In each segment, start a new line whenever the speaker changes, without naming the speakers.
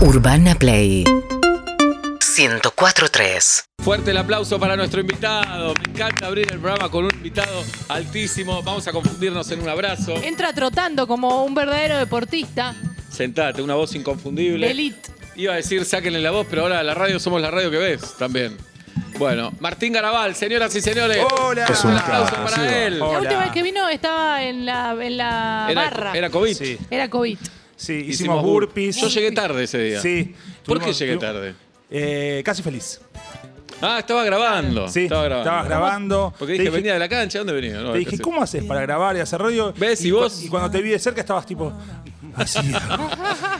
Urbana Play 104.3
Fuerte el aplauso para nuestro invitado. Me encanta abrir el programa con un invitado altísimo. Vamos a confundirnos en un abrazo.
Entra trotando como un verdadero deportista
Sentate, una voz inconfundible.
de elite.
Iba a decir, sáquenle la voz, pero ahora la radio somos la radio que ves también. Bueno, Martín Garabal, señoras y señores.
Hola.
Es
Un
un
aplauso
caso.
para él.
La
Hola.
última vez que vino estaba en la, en la
Era,
barra.
era COVID.
Sí,
Era COVID.
sí, hicimos, burpees.
Yo llegué tarde ese día.
Sí.
¿Por
Tuvimos-
qué llegué
tuvimos-
tarde?
Eh, casi feliz.
Ah, estaba grabando.
Sí,
estaba grabando.
estabas grabando.
Porque dije,
Te dije-
venía de la cancha, ¿dónde venía? No,
Te dije,
sí.
¿cómo haces para grabar y hacer radio?
¿Ves? Y
cu-
vos-
Y cuando te vi de cerca estabas tipo así.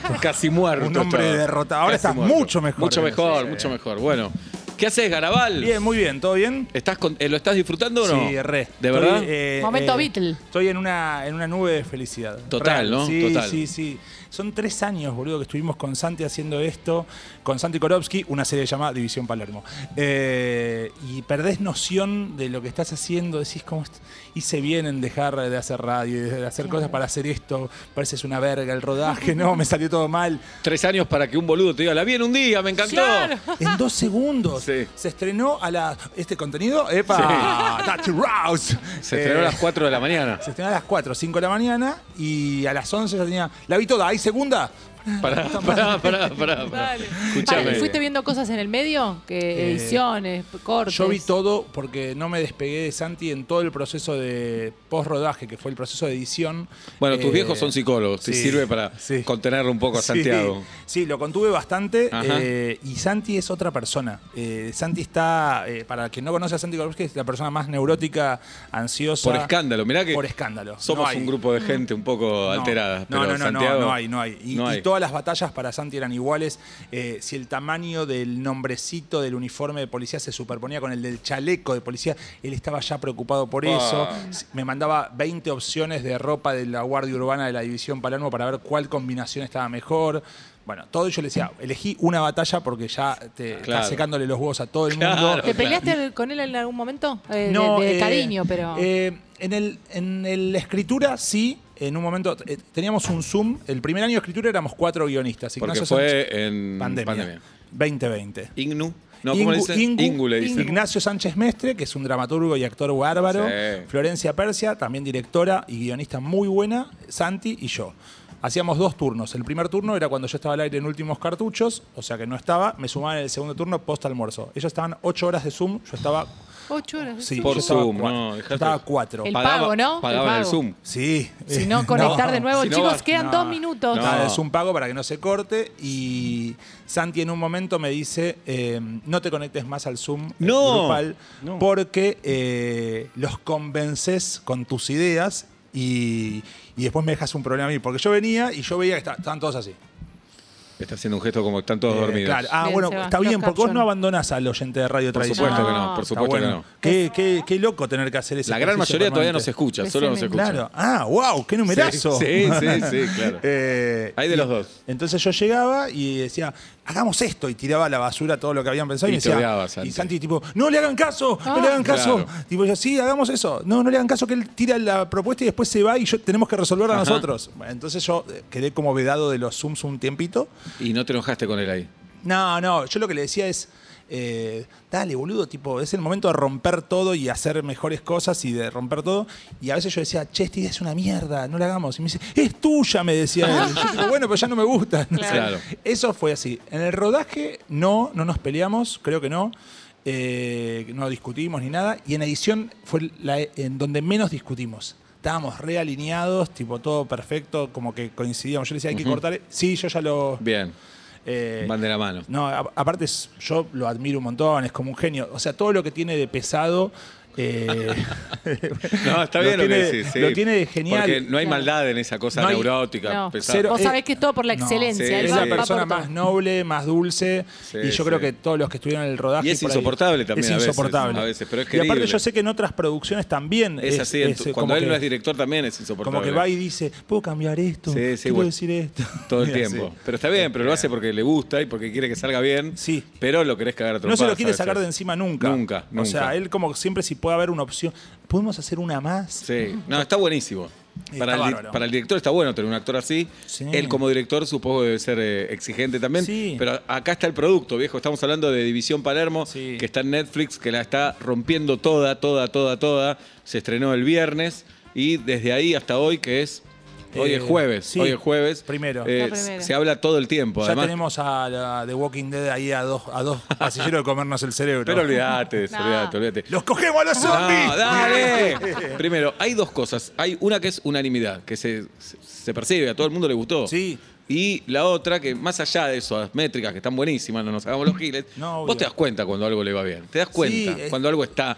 Pues Casi muerto.
Un hombre
estaba.
derrotado. Ahora estás mucho mejor.
Mucho
Sí.
mejor, mucho mejor. Bueno, ¿qué haces, Garabal?
bien, muy bien, ¿todo bien?
¿Estás con- eh, ¿Lo estás disfrutando o no?
Sí, re.
¿De
Estoy,
verdad?
eh,
Momento Beatle.
Estoy en una, en una nube de felicidad.
Total, ¿no?
Sí,
Total.
sí, sí. Son tres años, boludo, que estuvimos con Santi haciendo esto, con Santi Korowski, una serie llamada División Palermo. Eh, y perdés noción de lo que estás haciendo, decís cómo est- hice bien en dejar de hacer radio, de hacer cosas para hacer esto, pareces una verga, el rodaje, no, me salió todo mal.
Tres años para que un boludo te diga, la vi en un día, me encantó.
Claro.
En dos segundos
Sí.
se estrenó a la. Este contenido, ¡epa! Tati Rouse.
Se estrenó a
Eh,
las 4 de la mañana.
Se estrenó a las 4, 5 de la mañana y a las 11 ya tenía. La vi toda, ¿hay segunda?
Pará, pará, pará, pará. pará.
Dale.
Escuchame.
Ah, ¿Fuiste viendo cosas en el medio? Que
Eh,
ediciones, cortes.
Yo vi todo porque no me despegué de Santi en todo el proceso de post-rodaje, que fue el proceso de edición.
Bueno, tus
Eh,
viejos son psicólogos, te
sí,
sirve para
sí.
contenerlo un poco a
Sí,
Santiago.
Sí, lo contuve bastante
Ajá.
eh, y Santi es otra persona. Eh, Santi está, eh, para quien no conoce a Santi Gorosky, es la persona más neurótica, ansiosa.
Por escándalo, mirá que
Por escándalo.
somos
No hay-
un grupo de gente un poco
No,
alterada.
No,
pero
no, no,
Santiago,
no, no hay, no hay. Y,
no
y
hay.
todas las batallas para Santi eran iguales. Eh, si el tamaño del nombrecito del uniforme de policía se superponía con el del chaleco de policía, él estaba ya preocupado por eso.
Ah.
S- Me mandaba 20 opciones de ropa de la Guardia Urbana de la División Palermo para ver cuál combinación estaba mejor. Bueno, todo yo le decía, elegí una batalla porque ya te
Claro.
estás secándole los huevos a todo el
Claro.
mundo.
¿Te peleaste con él en algún momento? Eh, de- de,
eh,
cariño, pero.
eh, en el, en el escritura sí, en un momento eh, teníamos un Zoom. El primer año de escritura éramos cuatro guionistas. y con
Porque
eso hacemos-
fue en
pandemia, 2020.
Ignu. No, ¿cómo le
Ingu-
dicen?
Ingu-
Ingu le dicen.
Ignacio Sánchez Mestre, que es un dramaturgo y actor bárbaro.
Sí.
Florencia Persia, también directora y guionista muy buena. Santi y yo. Hacíamos dos turnos. El primer turno era cuando yo estaba al aire en últimos cartuchos, o sea que no estaba. Me sumaban en el segundo turno post almuerzo. Ellos estaban ocho horas de Zoom, yo estaba
Ocho horas.
Sí,
Por
yo estaba
Zoom,
cuatro.
no, dejate.
Estaba cuatro.
El pago, ¿no?
Pagaban
El
el,
pago.
Zoom.
Sí.
Si
Eh,
no, conectar de nuevo.
Si no
Chicos,
vas-
quedan
no.
dos minutos.
No.
Nada, es un pago para que no se corte. Y Santi en un momento me dice, eh, no te conectes más al Zoom eh,
No.
grupal porque eh, los convences con tus ideas y, y después me dejas un problema a mí. Porque yo venía y yo veía que esta- estaban todos así.
Está haciendo un gesto como que están todos
Eh,
dormidos.
claro. Ah,
Bien,
bueno,
Seba,
está bien,
los
porque vos
caption.
no abandonás al oyente de radio
Por
tradicional.
supuesto que no,
No.
por
Está
Está
supuesto que
bueno.
no.
Qué, qué- qué loco tener que hacer ese
La gran
ejercicio
mayoría todavía no
permanente.
se escucha, solo no se escucha.
Claro. Ah, wow, qué numerazo.
Sí, sí, sí, claro.
Eh,
Hay de
y-
los dos.
Entonces yo llegaba y decía, hagamos esto, y tiraba a la basura todo lo que habían pensado.
Y
Y,
te
decía,
odiaba, Santi. Ah.
y Santi, tipo, no le hagan caso, no le hagan caso.
Claro.
Tipo, yo, sí, hagamos eso. No, no le hagan caso que él tira la propuesta y después se va y yo, tenemos que resolverla
Ajá.
nosotros. Bueno, Entonces yo eh, quedé como vedado de los Zooms un tiempito.
Y no te enojaste con él ahí.
No, no, yo lo que le decía es, eh, dale, boludo, tipo, es el momento de romper todo y hacer mejores cosas y de romper todo. Y a veces yo decía, che, esta idea es una mierda, no la hagamos. Y me dice, es tuya, me decía él. Yo digo, bueno, pero ya no me gusta. No sé.
Claro.
Eso fue así. En el rodaje, no, no nos peleamos, creo que no. Eh, no discutimos ni nada. Y en edición fue la, e, en donde menos discutimos. Estábamos realineados, tipo todo perfecto, como que coincidíamos. Yo le decía, hay que cortar. Sí, yo ya lo.
Bien,
eh,
van de la mano.
no, a- aparte es- yo lo admiro un montón, es como un genio. O sea, todo lo que tiene de pesado. eh,
No, está
lo
bien lo
tiene-
que decís. sí.
Lo tiene de genial.
Porque no hay
Claro.
maldad en esa cosa
No hay-
neurótica.
No.
pesada.
Cero-
Vos
eh,
sabés que es todo por la
No,
excelencia.
sí,
él
es
va-
la
va por
persona
todo.
más noble, más dulce.
Sí,
y
sí.
yo creo que todos los que estuvieron en el rodaje.
Y es
por ahí-
insoportable también a
Es
veces,
insoportable.
a veces, pero es
y aparte,
querible.
yo sé que en otras producciones también.
es así, en tu-
es eh,
cuando
como
él
que-
no es director también es insoportable.
Como que va y dice, ¿puedo cambiar esto?
Sí, sí,
Quiero
bueno.
decir esto.
Todo el
Y así.
tiempo. Pero está bien, pero lo hace porque le gusta y porque quiere que salga bien.
Sí.
Pero lo querés cagar a
No se
trompadas
lo
a
quiere
veces.
sacar de encima nunca.
Nunca, nunca.
O sea, él como siempre si puede haber una opción. ¿Podemos hacer una más?
Sí. No, está buenísimo.
Está
Para el, di-
bárbaro.
para el director está bueno tener un actor así.
Sí.
Él como director supongo que debe ser eh, exigente también.
Sí.
Pero acá está el producto, viejo. Estamos hablando de División Palermo,
Sí.
que está en Netflix, que la está rompiendo toda, toda, toda, toda. Se estrenó el viernes y desde ahí hasta hoy, que es... Hoy
Eh,
es jueves,
sí,
hoy es jueves.
primero.
Eh,
La primera.
se habla todo el tiempo,
Ya
Pues además.
tenemos a la The Walking Dead ahí a dos, a dos pasilleros de comernos el cerebro.
Pero olvídate,
No.
olvídate, olvídate.
¡Los cogemos a los zombies!
No, dale. Primero, hay dos cosas. Hay una que es unanimidad, que se, se- se percibe, a todo el mundo le gustó.
Sí.
Y la otra, que más allá de eso, las métricas que están buenísimas, no nos hagamos los giles,
No, obvio.
vos te das cuenta cuando algo le va bien. Te das cuenta
Sí, eh.
cuando algo está.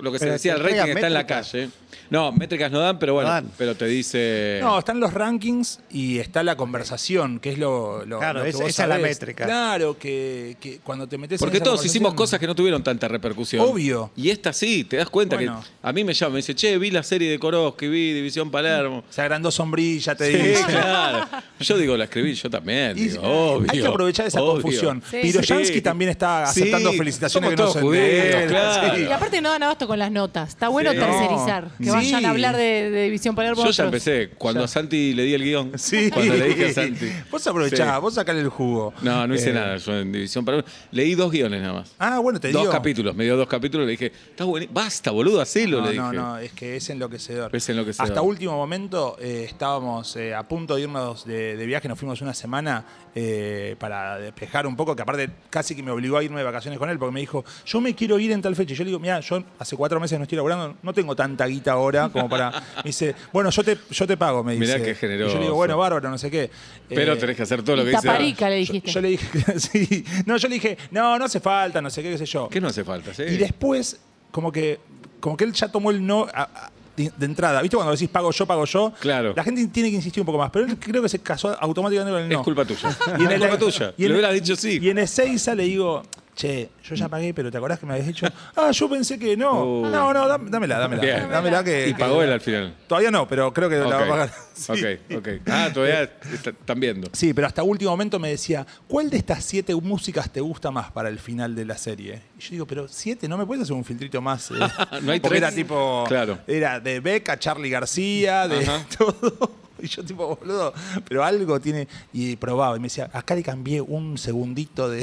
lo que se
pero
decía,
te
el rating
entregan
está en la
métricas.
calle. No, métricas no dan, pero bueno,
No dan.
pero te dice.
No, están los rankings y está la conversación, que es lo, lo-
Claro,
lo que
es-
vos
esa es la
sabés.
métrica.
Claro, que, que cuando te metes
Porque
en esa
todos hicimos cosas
conversación-
que no tuvieron tanta repercusión.
Obvio.
Y esta sí, te das cuenta
Bueno.
que a mí me llama, me dice, che, vi la serie de Korowski, vi División Palermo.
Se agrandó sombrilla, te
Sí,
digo.
claro. Yo digo, la escribí yo también.
Y
digo, obvio,
hay que aprovechar esa
obvio.
confusión.
Sí.
Piroyansky
Sí.
también está
Sí,
aceptando felicitaciones
somos
que no
todos
se
judíos,
enteran.
claro.
Sí.
Y aparte no dan abasto con las notas. Está bueno
Sí.
tercerizar. Que
Sí.
vayan a hablar de, de División Palermo.
Yo ya
otros.
empecé. Cuando a Santi le di el guión.
Sí.
Cuando le dije a Santi.
Vos aprovechá,
Sí.
vos sacale el jugo.
No, no hice
Eh,
nada. Yo en División Palermo. Leí dos guiones nada más.
Ah, bueno, te
dos
digo.
capítulos. Me dio dos capítulos. Le dije, está bueno. Basta, boludo, hacelo.
No,
le dije.
no, eh, no, es que es enloquecedor.
Es enloquecedor.
Hasta último momento eh, estábamos eh, a punto de irnos de, de viaje, nos fuimos una semana eh, para despejar un poco, que aparte casi que me obligó a irme de vacaciones con él, porque me dijo, yo me quiero ir en tal fecha. Y yo le digo, mira, yo hace cuatro meses no estoy laburando, no tengo tanta guita ahora como para... me dice, bueno, yo te, yo te pago, me dice.
Mirá qué
Y yo le
generoso.
digo, bueno, bárbaro, no sé qué.
Pero
Eh,
tenés que hacer todo lo
Y
que dice.
Taparica le
yo-
dijiste.
Yo, le dije, sí. No, yo le dije, no, no hace falta, no sé qué, qué sé yo.
¿Qué no hace falta? sí?
Y después, como que, como que él ya tomó el no a- a- de de entrada. ¿Viste cuando decís pago yo, pago yo?
Claro.
La gente tiene que insistir un poco más, pero él creo que se casó automáticamente con el no.
Es culpa tuya.
Y en
es
el-
culpa tuya.
y en-
le hubieras dicho sí.
Y en Ezeiza le digo, che, yo ya pagué, pero ¿te acordás que me habías dicho? Ah, yo pensé que no.
Uh.
No, no, dam- dámela, dámela.
Bien.
Dámela que.
Y
que-
pagó él al final.
Todavía no, pero creo que
Ok,
la va a pagar. Sí. Eh.
ok, ok. Ah, todavía está- están viendo.
Sí, pero hasta último momento me decía, ¿cuál de estas siete músicas te gusta más para el final de la serie? Y yo digo, pero siete, ¿no me puedes hacer un filtrito más? eh?
No hay
Porque
tres.
era tipo,
Claro.
era de Beca, Charlie García, de
Ajá.
todo. Y yo tipo, boludo, pero algo tiene... Y probaba, y me decía, acá le cambié un segundito de...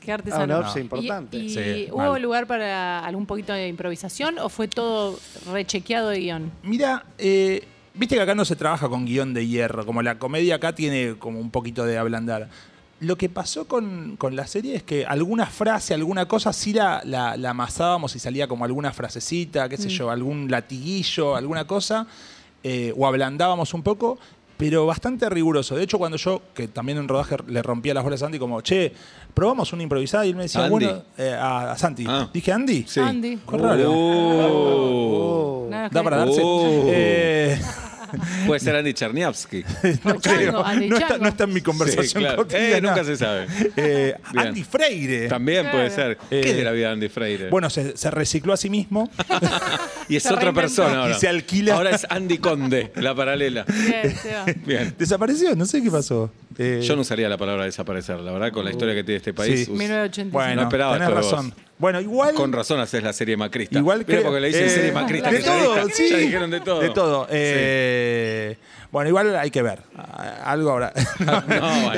Qué
Ah,
artesano.
una opción importante.
¿Y, y
Sí,
hubo
mal.
lugar para algún poquito de improvisación o fue todo rechequeado de guión?
Mira, eh, viste que acá no se trabaja con guión de hierro, como la comedia acá tiene como un poquito de ablandar. Lo que pasó con, con la serie es que alguna frase, alguna cosa, sí la, la- la amasábamos y salía como alguna frasecita, qué sé yo, algún latiguillo, alguna cosa, eh, o ablandábamos un poco, pero bastante riguroso. De hecho, cuando yo, que también en rodaje le rompía las bolas a Andy, como, che, probamos una improvisada, y él me decía,
Andy.
bueno, eh, a, a Santi.
Ah.
Dije, Andy.
Sí.
Andy.
Qué raro.
Oh.
Uh.
Nada,
Da para darse.
Oh.
Eh,
Puede ser Andy Charniavsky.
No
Chango,
creo.
Andy
no, está,
Chango.
no está en mi conversación
Sí, claro.
cotidiana.
Eh, nunca se sabe.
Eh,
Bien.
Andy Freire.
También puede ser.
Claro.
¿Qué
Eh,
es de la vida de Andy Freire?
Bueno, se, se recicló a sí mismo.
y es
se
otra
reinventó.
persona ahora.
Y se alquila.
Ahora es Andy Conde, la paralela.
Bien, Eh, Seba.
Bien.
Desapareció, no sé qué pasó. Eh, Uh.
Yo no usaría la palabra desaparecer, la verdad, con la historia que tiene este país.
Sí.
us-
1985.
Bueno,
No esperaba
tenés
esto de
razón.
vos.
Bueno, igual.
Con razón haces la serie macrista.
Igual
Mirá,
creo-
porque le dicen
eh,
serie macrista.
De
que
todo,
ya
sí.
Ya dijeron de todo.
De todo. Eh, Bueno, igual hay que ver. Ah, Algo habrá.
bueno.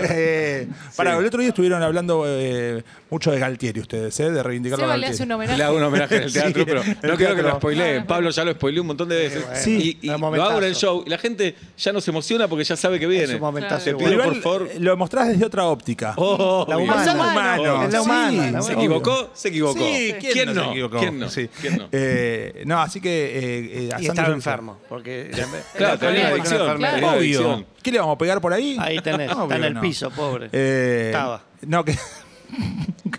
para,
Sí.
el otro día estuvieron hablando eh, mucho de Galtieri ustedes, ¿eh? De reivindicarlo a
Seba le
Galtieri.
hace un homenaje.
Le hago un homenaje en el
Sí,
teatro, pero
el
no quiero que
teatro.
lo spoileen. Pablo ya lo spoileó un montón de veces.
Sí,
y y
da un
lo hago en el
momentazo.
show y la gente ya no se emociona porque ya sabe que viene.
Es un momentazo
Te
igual.
pido,
Pero
por
igual,
favor.
eh, Lo mostrás desde otra óptica.
Oh,
La
bien.
humana.
Somos
humanos. Es la humana, la
¿Se
Obvio.
equivocó? Se equivocó.
Sí, ¿quién, no? se equivocó?
¿Quién no?
Sí.
¿Quién no?
Eh, no, así que. eh, eh, a Santi
Y estaba
yo-
enfermo. Porque
Claro, tenía una
Con
adicción.
enfermedad.
tenía una
Obvio.
adicción.
¿Qué le vamos a pegar por ahí?
Ahí tenés, está
Obvio
en el
no.
piso, pobre.
Eh,
Estaba.
No, que.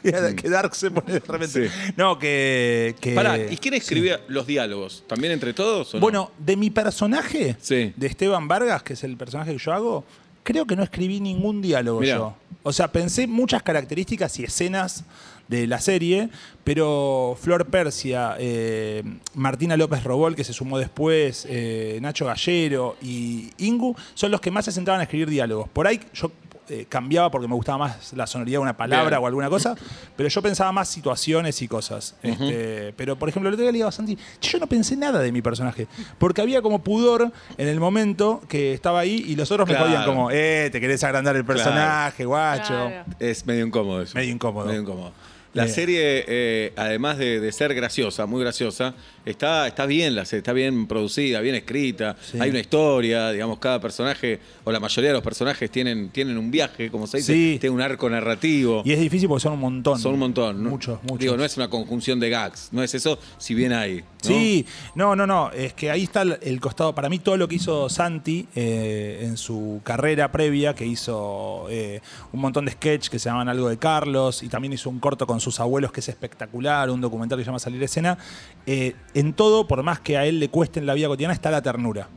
que que Dark se pone de repente.
Mm. Sí.
No, que. que
Pará, ¿y quién escribía los diálogos? ¿También entre todos? o no?
Bueno, de mi personaje,
Sí.
de Esteban Vargas, que es el personaje que yo hago, creo que no escribí ningún diálogo
Mirá.
yo. O sea, pensé muchas características y escenas de la serie, pero Flor Persia, eh, Martina López Robol, que se sumó después, eh, Nacho Gallero y Ingu, son los que más se sentaban a escribir diálogos. Por ahí yo eh, cambiaba porque me gustaba más la sonoridad de una palabra
Bien.
o alguna cosa, pero yo pensaba más situaciones y cosas. Este, pero, por ejemplo, el otro día le digo a Santi, "Che, yo no pensé nada de mi personaje, porque había como pudor en el momento que estaba ahí y los otros
Claro.
me jodían como, eh, te querés agrandar el personaje, guacho.
Claro.
Es medio incómodo eso.
Medio incómodo.
Medio incómodo. La
Bien.
serie, eh, además de, de ser graciosa, muy graciosa, está, está bien la serie, está bien producida, bien escrita. Hay una historia, digamos, cada personaje, o la mayoría de los personajes tienen, tienen un viaje, como se dice,
Sí.
tiene un arco narrativo.
Y es difícil porque son un montón.
Son un montón. ¿no?
Muchos, muchos.
Digo, no es una conjunción de gags, no es eso, si bien hay. ¿no?
Sí, no, no, no. Es que ahí está el, el costado. Para mí, todo lo que hizo Santi eh, en su carrera previa, que hizo eh, un montón de sketch que se llamaban Algo de Carlos, y también hizo un corto con sus abuelos que es espectacular, un documental que se llama Salir a Escena. eh, en todo, por más que a él le cueste en la vida cotidiana, está la ternura.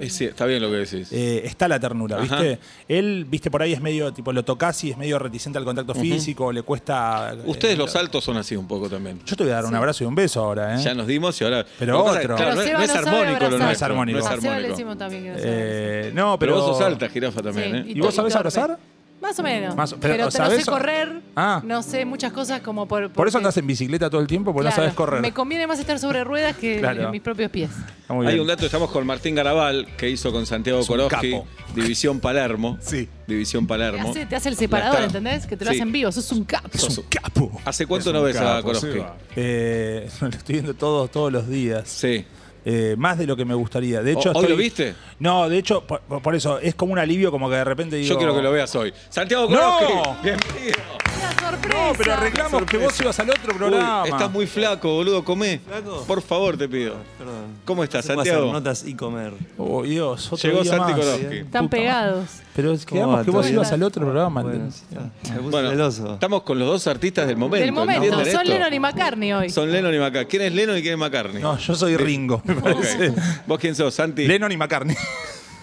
Eh, sí, está bien lo que decís.
Eh, está la ternura,
Ajá.
¿viste? Él, viste, por ahí es medio, tipo, lo tocás y es medio reticente al contacto físico, le cuesta.
Ustedes
eh,
los altos son así un poco también.
Yo te voy a dar un abrazo y un beso ahora, ¿eh?
Ya nos dimos y ahora.
Pero
Lo que pasa
otro.
es que, claro,
Pero
no, es-
Seba
no es
no sabe
armónico lo
abrazar.
nuestro,
No es
A Seba le
armónico.
decimos también que no sabe
Eh, no, pero.
Pero, vos sos alta, jirafa también,
Sí,
¿eh?
¿Y vos sabés
torpe.
abrazar?
Más o menos.
Más o- pero,
pero te- no
¿sabés?
sé correr,
Ah.
no sé muchas cosas como por...
Por eso
porque-
andás en bicicleta todo el tiempo, porque no
Claro,
sabes correr.
Me conviene más estar sobre ruedas que
Claro.
en mis propios pies.
Está muy
Hay
bien.
un dato, estamos con Martín Garabal, que hizo con Santiago
Es un
Koroski,
capo.
División Palermo.
Sí.
División
Te
Palermo.
hace, te hace el
Ya
separador,
está.
¿entendés? Que te lo
Sí.
hacen vivo, sos un capo.
Es un capo.
¿Hace cuánto no ves a Koroski?
Eh, lo estoy viendo todos, todos los días.
Sí.
Eh, más de lo que me gustaría. De
¿Ho-
hecho,
hoy
estoy-
lo viste?
No, de hecho, por, por eso, es como un alivio, como que de repente digo.
Yo quiero que lo veas hoy. Santiago
¡No!
Koroski. Bienvenido.
Una sorpresa.
No, "Oh, pero arreglamos que vos ibas al otro
Uy,
programa.
estás muy flaco, boludo. Comé.
¿Flaco?
Por favor, te pido.
Perdón.
¿Cómo estás,
Se puede
Santiago?
hacer notas y comer.
Oh, Dios, otro
Llegó
día
Santi
más. ¿eh?
Koroski.
Están
Puta
pegados.
Pero
Oh,
¿Cómo
quedamos
va?
que vos
¿Todo
ibas
bien?
al otro programa.
Ah,
Bueno, sí está. Me puse
Bueno,
celoso.
estamos con los dos artistas del momento.
Del momento,
¿entienden
son
esto?
Lennon y McCartney hoy.
Son Lennon y McCartney. ¿Quién es Lennon y quién es McCartney?
No, yo soy Ringo, me
Ok.
parece.
¿Vos quién sos? Santi.
Lennon y McCartney.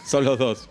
Son los dos.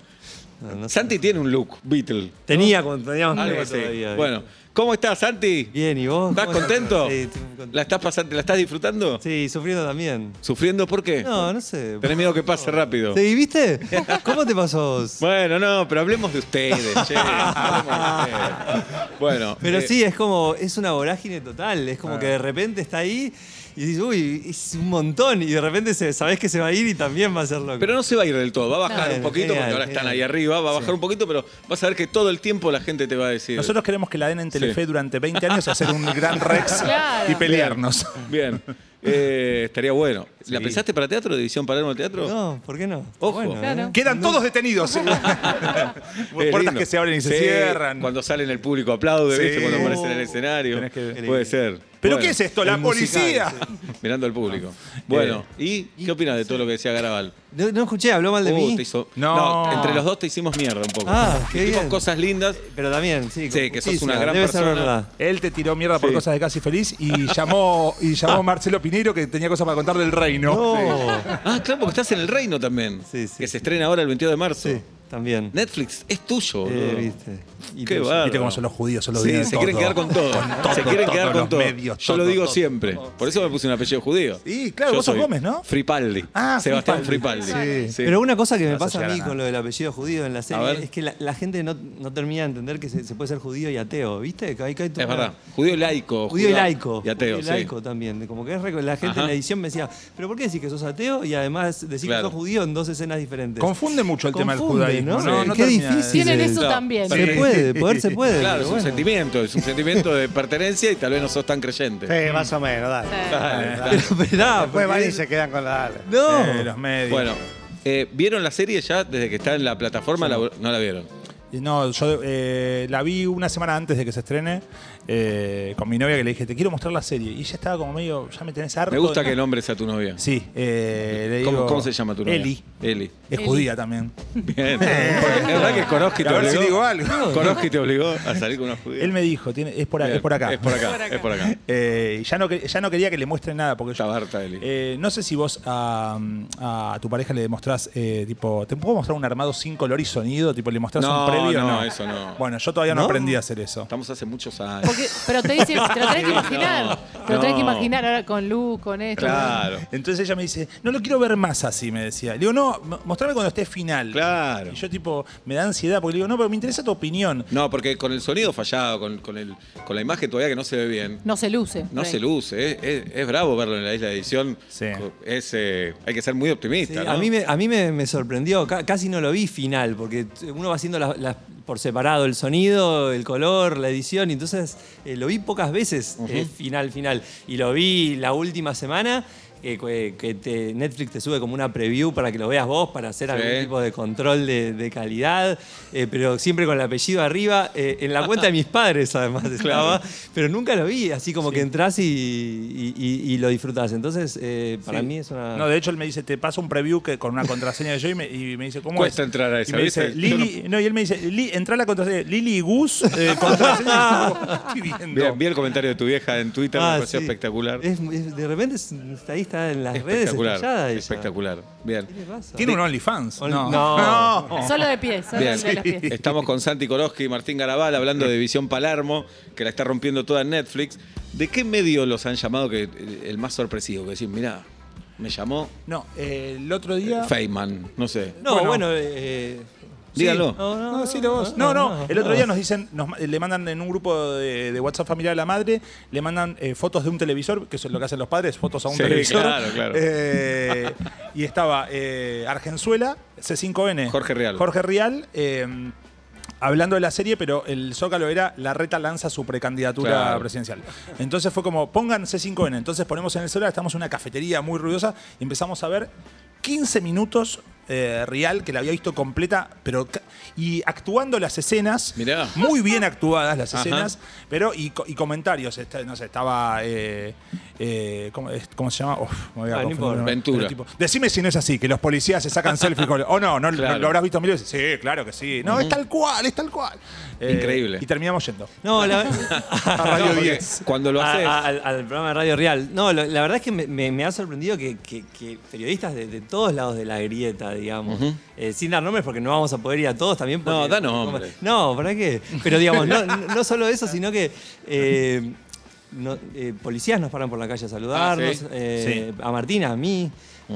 No, no sé.
Santi tiene un look, Beatle.
Tenía cuando teníamos
Algo
algo
así.
todavía.
Bueno, ¿cómo estás, Santi?
Bien, ¿y vos?
¿Estás
¿Cómo
contento?
Sí, estoy muy contento.
¿La estás pasando, la estás disfrutando?
Sí, sufriendo también.
¿Sufriendo por qué?
No, no sé.
Tenés miedo que pase rápido.
¿Te viviste? ¿Cómo te pasó? vos?
Bueno, no, pero hablemos de ustedes, che. Hablemos de ustedes. Bueno.
Pero
eh, Ah.
sí, es como, es una vorágine total. Es como que de repente está ahí y dices, uy, es un montón. Y de repente se- sabés que se va a ir y también va a ser loco.
Pero no se va a ir del todo, va a bajar
No,
un poquito,
genial,
porque ahora están
genial.
ahí arriba, va a bajar un poquito, pero vas a ver que todo el tiempo la gente te va a decir.
Nosotros queremos que la den en Telefe
Sí.
durante 20 años, hacer un gran Rex
Claro.
y pelearnos.
Bien, Eh, estaría bueno. ¿La pensaste para teatro, División Palermo Teatro?
No, ¿por qué no?
Ojo.
Claro.
¿eh?
Quedan todos detenidos.
Es
Puertas
lindo.
que se abren y se
Sí,
cierran.
Cuando salen el público aplaude,
Sí.
¿viste? Cuando aparecen en el escenario.
Tenés que-
Puede ser.
¿Pero
Bueno,
qué es esto? Ah. ¿La
el musical,
policía?
Mirando al público. Bueno,
Eh,
¿y qué opinas de todo lo que decía Garabal?
No, no escuché, habló mal de
Uh,
mí.
te hizo-
No.
entre los dos te hicimos mierda un poco.
Ah, qué
Hicimos
bien.
cosas lindas.
Pero también, sí.
Sí, que sos
justicia,
una gran
debe
persona.
Ser verdad.
Él te tiró mierda por
Sí.
cosas de casi feliz y llamó y llamó Marcelo Pinero que tenía cosas para contar del reino.
No.
Ah, claro, porque estás en el reino también.
Sí, sí.
Que se estrena ahora el 22 de marzo.
Sí, también.
Netflix es tuyo.
Eh,
boludo.
viste. Y
Qué
te-
bárbaro.
Viste cómo son los judíos, son los
Sí,
días
se quieren quedar con todo. se quieren quedar con todo. Yo lo digo siempre. Por eso me puse un apellido judío.
Sí, claro,
Yo
vos sos
soy
Gómez, ¿no?
Fripaldi.
Ah,
Sebastián
Fripaldi.
Fripaldi.
Sí.
Sí.
Pero una cosa que me
No se
pasa a
llega a
mí
nada.
con lo del apellido judío en la
ver.
serie es que la, la gente no, no termina de entender que se, se puede ser judío y ateo, ¿viste? Que ahí cae toda
Es
una-
verdad. Judío laico.
Judío y laico.
Y ateo,
judío y
sí.
laico también. de Como que es reco- la gente
Ajá.
en la edición me decía, ¿pero por qué decís que sos ateo y además decís
Claro.
que sos judío en dos escenas diferentes?
Confunde mucho el tema del
Confunde,
judaísmo.
¿no?
No, no
qué
termina de-
difícil.
Tienen
es.
eso también.
Se
Sí.
puede, poder se puede.
Claro,
pero
es un
bueno.
sentimiento, es un sentimiento de pertenencia y tal vez no sos tan creyente.
Sí, más o menos, dale. Dale, dale.
Pero, pero nada,
Después van
porque-
y se quedan con la dale.
No.
Eh, los medios.
Bueno, eh, ¿vieron la serie ya desde que está en la plataforma? La- no la vieron.
Y No, yo eh, la vi una semana antes de que se estrene eh, con mi novia que le dije, te quiero mostrar la serie. Y ella estaba como medio, ya me tenés harto.
Me gusta que nombres a tu novia.
Sí, eh, le
¿Cómo,
digo-
cómo se llama tu novia?
Eli.
Eli.
Es
Eli.
judía también.
Bien. Porque es verdad que Koroski te
A ver si digo
obligó.
algo.
Koroski te obligó a salir con una judía.
Él me dijo, tiene, es, por, a-
Bien,
es por acá.
Es por acá, es por acá.
Eh, y ya, no, que- ya no quería que le muestre nada porque yo-
Estaba harta, Eli.
Eh, no sé si vos a, a tu pareja le demostrás, eh, tipo, ¿te puedo mostrar un armado sin color y sonido? Tipo, le mostrás
No,
un previo?
no, eso no.
Bueno, yo todavía no,
¿No?
aprendí a hacer eso.
Estamos hace muchos años.
Porque, pero te, dice, te lo tenés que imaginar. te lo tenés que
No.
imaginar ahora con luz, con esto.
Claro,
Entonces ella me dice, no lo quiero ver más así, me decía. Le digo, no, m- mostrame cuando esté final.
claro.
Y yo tipo, me da ansiedad porque le digo, no, pero me interesa tu opinión.
No, porque con el sonido fallado, con, con el, con la imagen todavía que no se ve bien,
No se luce.
no
Rey.
se luce. Es, es- es bravo verlo en la isla de edición.
Sí.
Es, eh, hay que ser muy
Sí,
optimista. ¿no?
A mí, me, a mí me, me sorprendió, ca- casi no lo vi final, porque t- uno va haciendo las- las por separado el sonido, el color, la edición, y entonces eh, lo vi pocas veces eh, final, final. Y lo vi la última semana, que, que- que te- Netflix te sube como una preview para que lo veas vos, para hacer algún
Sí.
tipo de control de, de calidad, eh, pero siempre con el apellido arriba, eh, en la cuenta de mis padres además estaba, pero nunca lo vi, así como que entras y, y- y- y lo disfrutas. Entonces, eh, para
Sí.
mí es
Ah.
una...
No, de hecho él me dice, te paso un preview que, con una contraseña de yo y me, y me dice, ¿cómo
Cuesta
es?
entrar a esa,
y me
¿viste?
dice, Lili, no, y él me dice, Li, entra la contraseña, Lili y Gus, eh, contraseña. Y yo, ¿qué estoy viendo?
Vi, vi el comentario de tu vieja en Twitter,
Ah,
me pareció
sí.
espectacular.
Es- es- de repente es- está ahí, está en las redes
Espectacular.
estallada ella.
Espectacular. Bien.
¿Qué le pasa?
¿Tiene un OnlyFans?
Only-
No.
no.
Solo de pie, solo
Bien,
de los pies.
estamos con Santi Koroski y Martín Garabal hablando de Visión Palermo, que la está rompiendo toda en Netflix. ¿De qué medio los han llamado que eh, el- el más sorpresivo? Que decir, mirá, me llamó
No, eh, el otro día...
Feynman, no sé.
No, bueno,
Bueno.
eh,
Díganlo.
no, no,
No, sí, lo vos. No, no. El otro día nos dicen, nos ma- le mandan en un grupo de, de WhatsApp familiar a la madre, le mandan eh, fotos de un televisor, que eso es lo que hacen los padres, fotos a un
Sí,
televisor.
claro, claro.
Eh, y estaba eh, Argenzuela, C5N.
Jorge Rial.
Jorge Rial. eh, Hablando de la serie, pero el Zócalo era la reta lanza su precandidatura
Claro.
presidencial. Entonces fue como, pongan C5N. Entonces ponemos en el celular, estamos en una cafetería muy ruidosa y empezamos a ver 15 minutos eh, real, que la había visto completa, pero ca- y actuando las escenas,
Mirá.
muy bien actuadas las
Ajá.
escenas, pero y, co- y comentarios. Esta- no sé, estaba. eh, eh, ¿cómo, es- cómo se llama? Uf, me voy a
Ah, no
confundir.
importa.
Ventura.
Pero tipo, Decime si no es así, que los policías se sacan selfies con. O no, no,
Claro.
lo habrás visto mil veces. Sí, claro que sí. No, es tal cual, es tal cual. Eh,
Increíble.
Y terminamos yendo.
No, la,
A Radio
No, porque
10.
Cuando lo
a-
haces.
a- al, al programa de Radio Real. No, lo- la verdad es que me, me- me ha sorprendido que, que- que periodistas de, de todos lados de la grieta, digamos, eh, sin dar nombres porque no vamos a poder ir a todos también.
No,
porque-
da nombres.
No, ¿para qué? Pero digamos, no, no solo eso, sino que... eh, no- eh, policías nos paran por la calle a saludarnos,
Ah, sí.
eh, a Martina, a mí.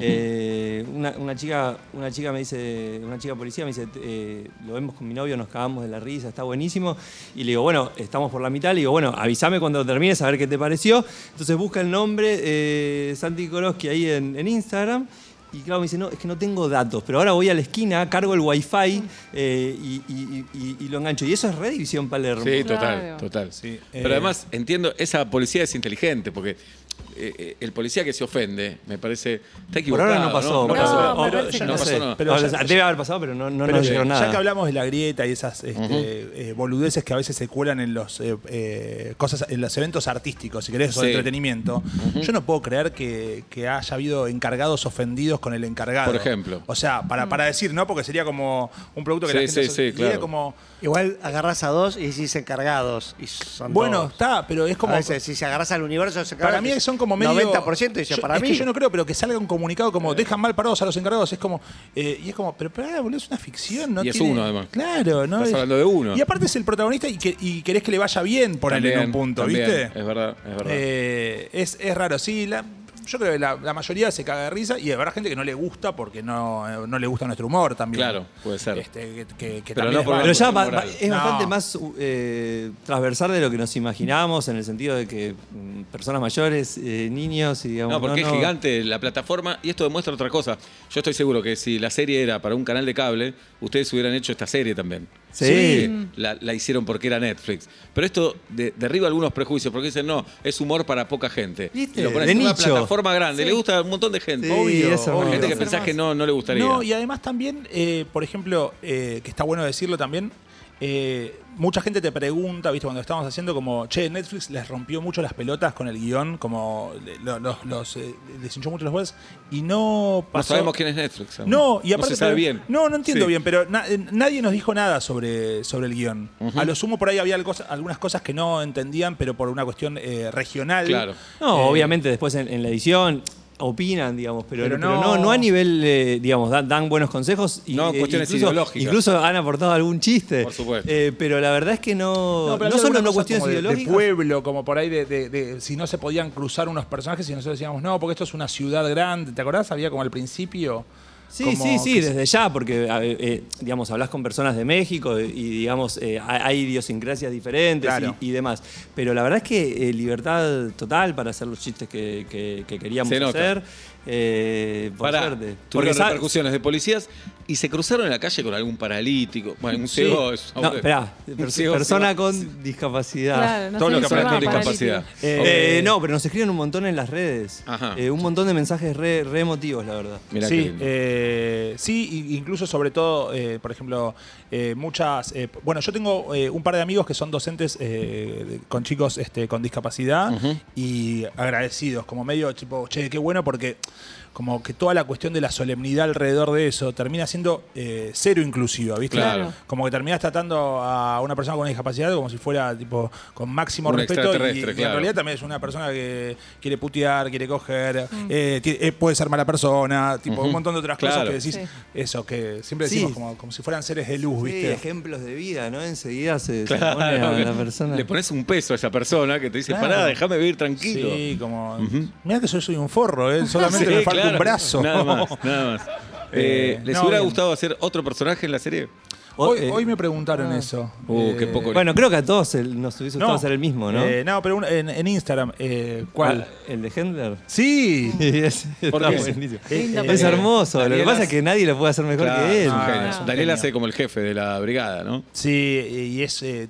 eh, una, una chica una chica me dice una chica policía me dice eh, lo vemos con mi novio nos cagamos de la risa está buenísimo y le digo bueno estamos por la mitad le digo bueno avísame cuando termines a ver qué te pareció entonces busca el nombre eh, Santi Koroski ahí en, en Instagram y claro, me dice, no, es que no tengo datos, pero ahora voy a la esquina, cargo el wifi eh, y, y- y- y lo engancho. Y eso es Redivisión Palermo.
Sí, total,
Claro.
total.
Sí,
Pero
eh.
además entiendo, esa policía es inteligente porque eh, eh, el policía que se ofende, me parece, está
Por
equivocado.
ahora no pasó.
No,
por
No,
ahora-
me parece
ya
que
no
no.
pasó,
sé.
no.
Pero
O
ya-
sea, debe haber pasado, pero no, no
Pero
nos llegó
ya,
nada.
que hablamos de la grieta y esas este, eh, boludeces que a veces se cuelan en los eh, eh, cosas, en los eventos artísticos, si querés, o de
Sí.
entretenimiento, yo no puedo creer que, que haya habido encargados ofendidos con el encargado.
Por ejemplo.
O sea, para, para decir, ¿no? Porque sería como un producto que la
Sí,
gente
sí,
asocia-
sí,
y
claro.
era como,
Igual agarras a dos y decís encargados. Y son
bueno,
dos.
está, pero es como.
A veces, si se agarras al universo, se
Para mí son como medio.
90% y dice,
Yo-
para
es
mí. Eh.
que yo no creo, pero que salga un comunicado como dejan mal parados a los encargados. Es como. eh, y es como, pero pará, boludo, es una ficción, ¿no?
Y es
tiene-
uno, además.
Claro, ¿no?
Estás
Es-
hablando de uno.
Y aparte es el protagonista y, que- y querés que le vaya bien, por él en
También,
un punto,
también,
¿viste?
Es verdad, es verdad.
Eh, es, es raro, sí. la- yo creo que la, la mayoría se caga de risa y habrá gente que no le gusta porque no, eh, no le gusta nuestro humor también.
Claro, puede ser.
Este, que, que- que
Pero
también
no
es
por-
válido.
Pero ya
Porque
va-
es
va-
moral.
es
No.
bastante más uh, eh, transversal de lo que nos imaginábamos, en el sentido de que mm, personas mayores, eh, niños y digamos.
No, porque
no,
es
no.
gigante la plataforma y esto demuestra otra cosa. Yo estoy seguro que si la serie era para un canal de cable, ustedes hubieran hecho esta serie también.
Sí.
La, la hicieron porque era Netflix. Pero esto de- derriba algunos prejuicios porque dicen, no, es humor para poca gente.
¿Viste?
Y Lo ponen
De
en una
nicho.
plataforma grande, le gusta a un montón de gente.
Sí,
Obvio,
es hermoso.
obvio.
Gente que
Hacer
pensás
más.
que no, no le gustaría.
No, y además también, eh, por ejemplo, eh, que está bueno decirlo también, eh, mucha gente te pregunta, ¿viste? Cuando estábamos haciendo como, che, Netflix les rompió mucho las pelotas con el guión, como le- lo- los, los, eh, les hinchó mucho los huevos, y no
no
pasó.
sabemos quién es Netflix. aún.
No, y aparte.
No se sabe
pero-
bien.
No, no entiendo
Sí.
bien, pero na- eh, nadie nos dijo nada sobre, sobre el guión. A lo sumo por ahí había algo- algunas cosas que no entendían, pero por una cuestión eh, regional.
Claro.
No,
Eh,
obviamente después en, en la edición. opinan, digamos, pero,
Pero
pero
no-
no, no, a nivel, eh, digamos, dan, dan buenos consejos. Y,
No,
eh,
cuestiones
incluso,
ideológicas.
Incluso han aportado algún chiste.
Por supuesto.
Eh, pero la verdad es que no, no,
había
solo
algunas
no
cosas
cuestiones
como de-
ideológicas.
De pueblo, como por ahí, de, de- de si no se podían cruzar unos personajes y nosotros decíamos, no, porque esto es una ciudad grande. ¿Te acordás? Había como al principio.
Sí,
como
sí, sí,
que
desde ya, porque, a- eh, eh, digamos, hablas con personas de México y, digamos, eh, ha- hay idiosincrasias diferentes y-
Claro.
y, demás. Pero la verdad es que eh, libertad total para hacer los chistes que, que- que queríamos
Se nota.
hacer. eh, por
Pará,
suerte.
Tuvieron
sa-
repercusiones de policías y se cruzaron en la calle con algún paralítico. Bueno, un
Sí.
ciego es-
No, esperá,
Un
pers-
ciego
persona
se va-
con discapacidad.
Claro, no
Todos
sé
los que
si se
aprenden
va
con
a
discapacidad.
paralítico.
Eh, no, pero nos escriben un montón en las redes.
Ajá.
Eh, un montón de mensajes re, re emotivos, la verdad.
Mirá qué
sí,
lindo.
eh, sí, i- incluso sobre todo, eh, por ejemplo, eh, muchas. eh, bueno, yo tengo eh, un par de amigos que son docentes eh, de- con chicos este, con discapacidad y agradecidos, como medio tipo, che, qué bueno, porque como que toda la cuestión de la solemnidad alrededor de eso termina siendo eh, cero inclusiva, ¿viste?
Claro.
Como que terminás tratando a una persona con una discapacidad como si fuera tipo con máximo
Un
respeto y- y,
extraterrestre,
en
claro.
realidad también es una persona que quiere putear, quiere coger, eh, ti- eh, puede ser mala persona, tipo un montón de otras cosas
Claro.
que decís,
Sí.
eso, que siempre decimos
Sí.
como, como si fueran seres de luz,
Sí,
¿viste?
ejemplos de vida, ¿no? Enseguida se, se
Claro,
pone a la
que
persona.
Le pones un peso a esa persona que te dice,
Claro.
pará, déjame vivir tranquilo.
Sí, como. Mira que yo soy un forro, ¿eh? solamente
Sí,
me falta un
claro.
brazo.
Nada más, nada más. Eh,
Eh,
¿Les
no,
hubiera
bien.
gustado hacer otro personaje en la serie?
hoy,
O- eh,
hoy me preguntaron eso.
Uh, qué poco.
Bueno, creo que a todos el- nos hubiese gustado hacer el mismo, ¿no?
Eh, no, pero un- en, en Instagram, eh, ¿cuál?
Ah, ¿El de Hendler?
Sí. Eh,
es, está
qué?
buenísimo.
Lindo
Es
Eh,
hermoso. Lo que
Daniela-
pasa es que nadie lo puede hacer mejor
Claro,
que él.
es un genio.
no.
Daniel
Genio.
hace como el jefe de la brigada, ¿no?
Sí, eh, y es, eh,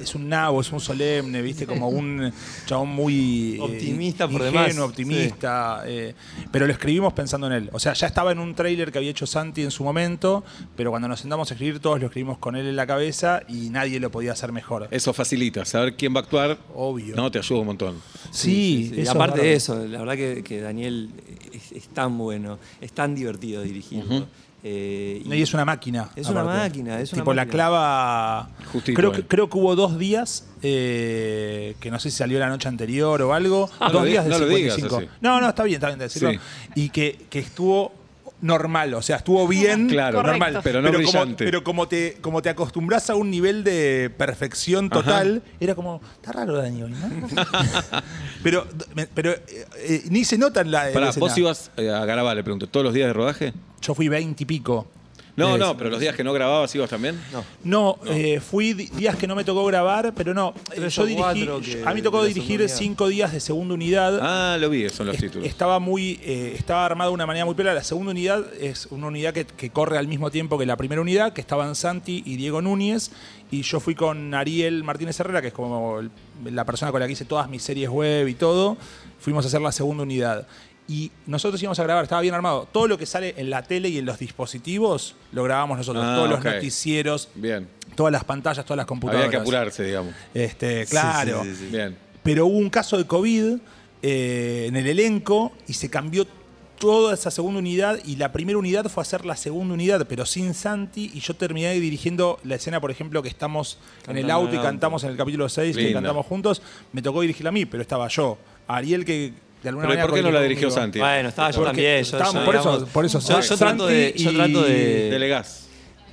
es un nabo, es un solemne, viste, como un chabón muy eh,
Optimista por
ingenuo,
demás,
optimista. eh, pero lo escribimos pensando en él. O sea, ya estaba en un tráiler que había hecho Santi en su momento, pero cuando nos sentamos a escribir todos lo escribimos con él en la cabeza y nadie lo podía hacer mejor.
Eh,
Eso facilita, saber quién va a actuar.
Obvio.
No, te ayuda un montón.
sí,
Y
eso es
aparte
verdad.
de eso, la verdad que, que Daniel es, es tan bueno, es tan divertido dirigirlo. Eh,
No, y es una máquina.
Es una máquina, es una
Tipo, la
máquina.
clava.
Justito,
creo, que,
eh.
creo que hubo dos días, eh, que no sé si salió la noche anterior o algo.
Ah, No
dos
lo di-
días de
no lo digas
55.
así.
No, no, está bien, está bien decirlo.
Sí.
Y que, que estuvo normal, o sea, estuvo bien,
Claro,
normal,
Correcto. pero no
como,
brillante.
pero como te como te acostumbras a un nivel de perfección total, era como, está raro Daniel, ¿no? pero pero eh, eh, ni se nota en la, en la
Pará,
escena.
vos ibas eh, a grabar, le pregunto, ¿todos los días de rodaje?
Yo fui 20 y pico.
No,
Eh,
no, pero los días que no grababas ibas también.
No.
No, eh, fui di- días que no me tocó grabar, pero no. eh,
Tres
yo
o
dirigí.
cuatro que-
a mí tocó
de la
dirigir
segunda unidad.
cinco días de segunda unidad.
Ah, lo vi, son los
Est-
títulos.
Estaba muy, eh, estaba armado de una manera muy pela. La segunda unidad es una unidad que, que corre al mismo tiempo que la primera unidad, que estaban Santi y Diego Núñez. Y yo fui con Ariel Martínez Herrera, que es como el- la persona con la que hice todas mis series web y todo. Fuimos a hacer la segunda unidad. Y nosotros íbamos a grabar, estaba bien armado. Todo lo que sale en la tele y en los dispositivos lo grabamos nosotros.
Ah,
Todos
ok.
los noticieros,
Bien.
todas las pantallas, todas las computadoras.
Había que apurarse, digamos.
Este, claro.
sí, sí, sí.
Bien.
Pero hubo un caso de COVID eh, en el elenco y se cambió toda esa segunda unidad y la primera unidad fue hacer la segunda unidad, pero sin Santi y yo terminé dirigiendo la escena, por ejemplo, que estamos en el
Cantando
auto
en
y
el auto.
cantamos en el capítulo 6, que
Linda.
cantamos juntos, me tocó dirigirla a mí, pero estaba yo, Ariel que de alguna
Pero ¿y
manera...
por qué no la
coordinó
dirigió
conmigo.
Santi?
Bueno, estaba yo
Porque
también. Yo,
estábamos-
yo,
por eso-
digamos,
por eso
yo, yo
Santi
trato de, yo
y-
trato de-
Delegás.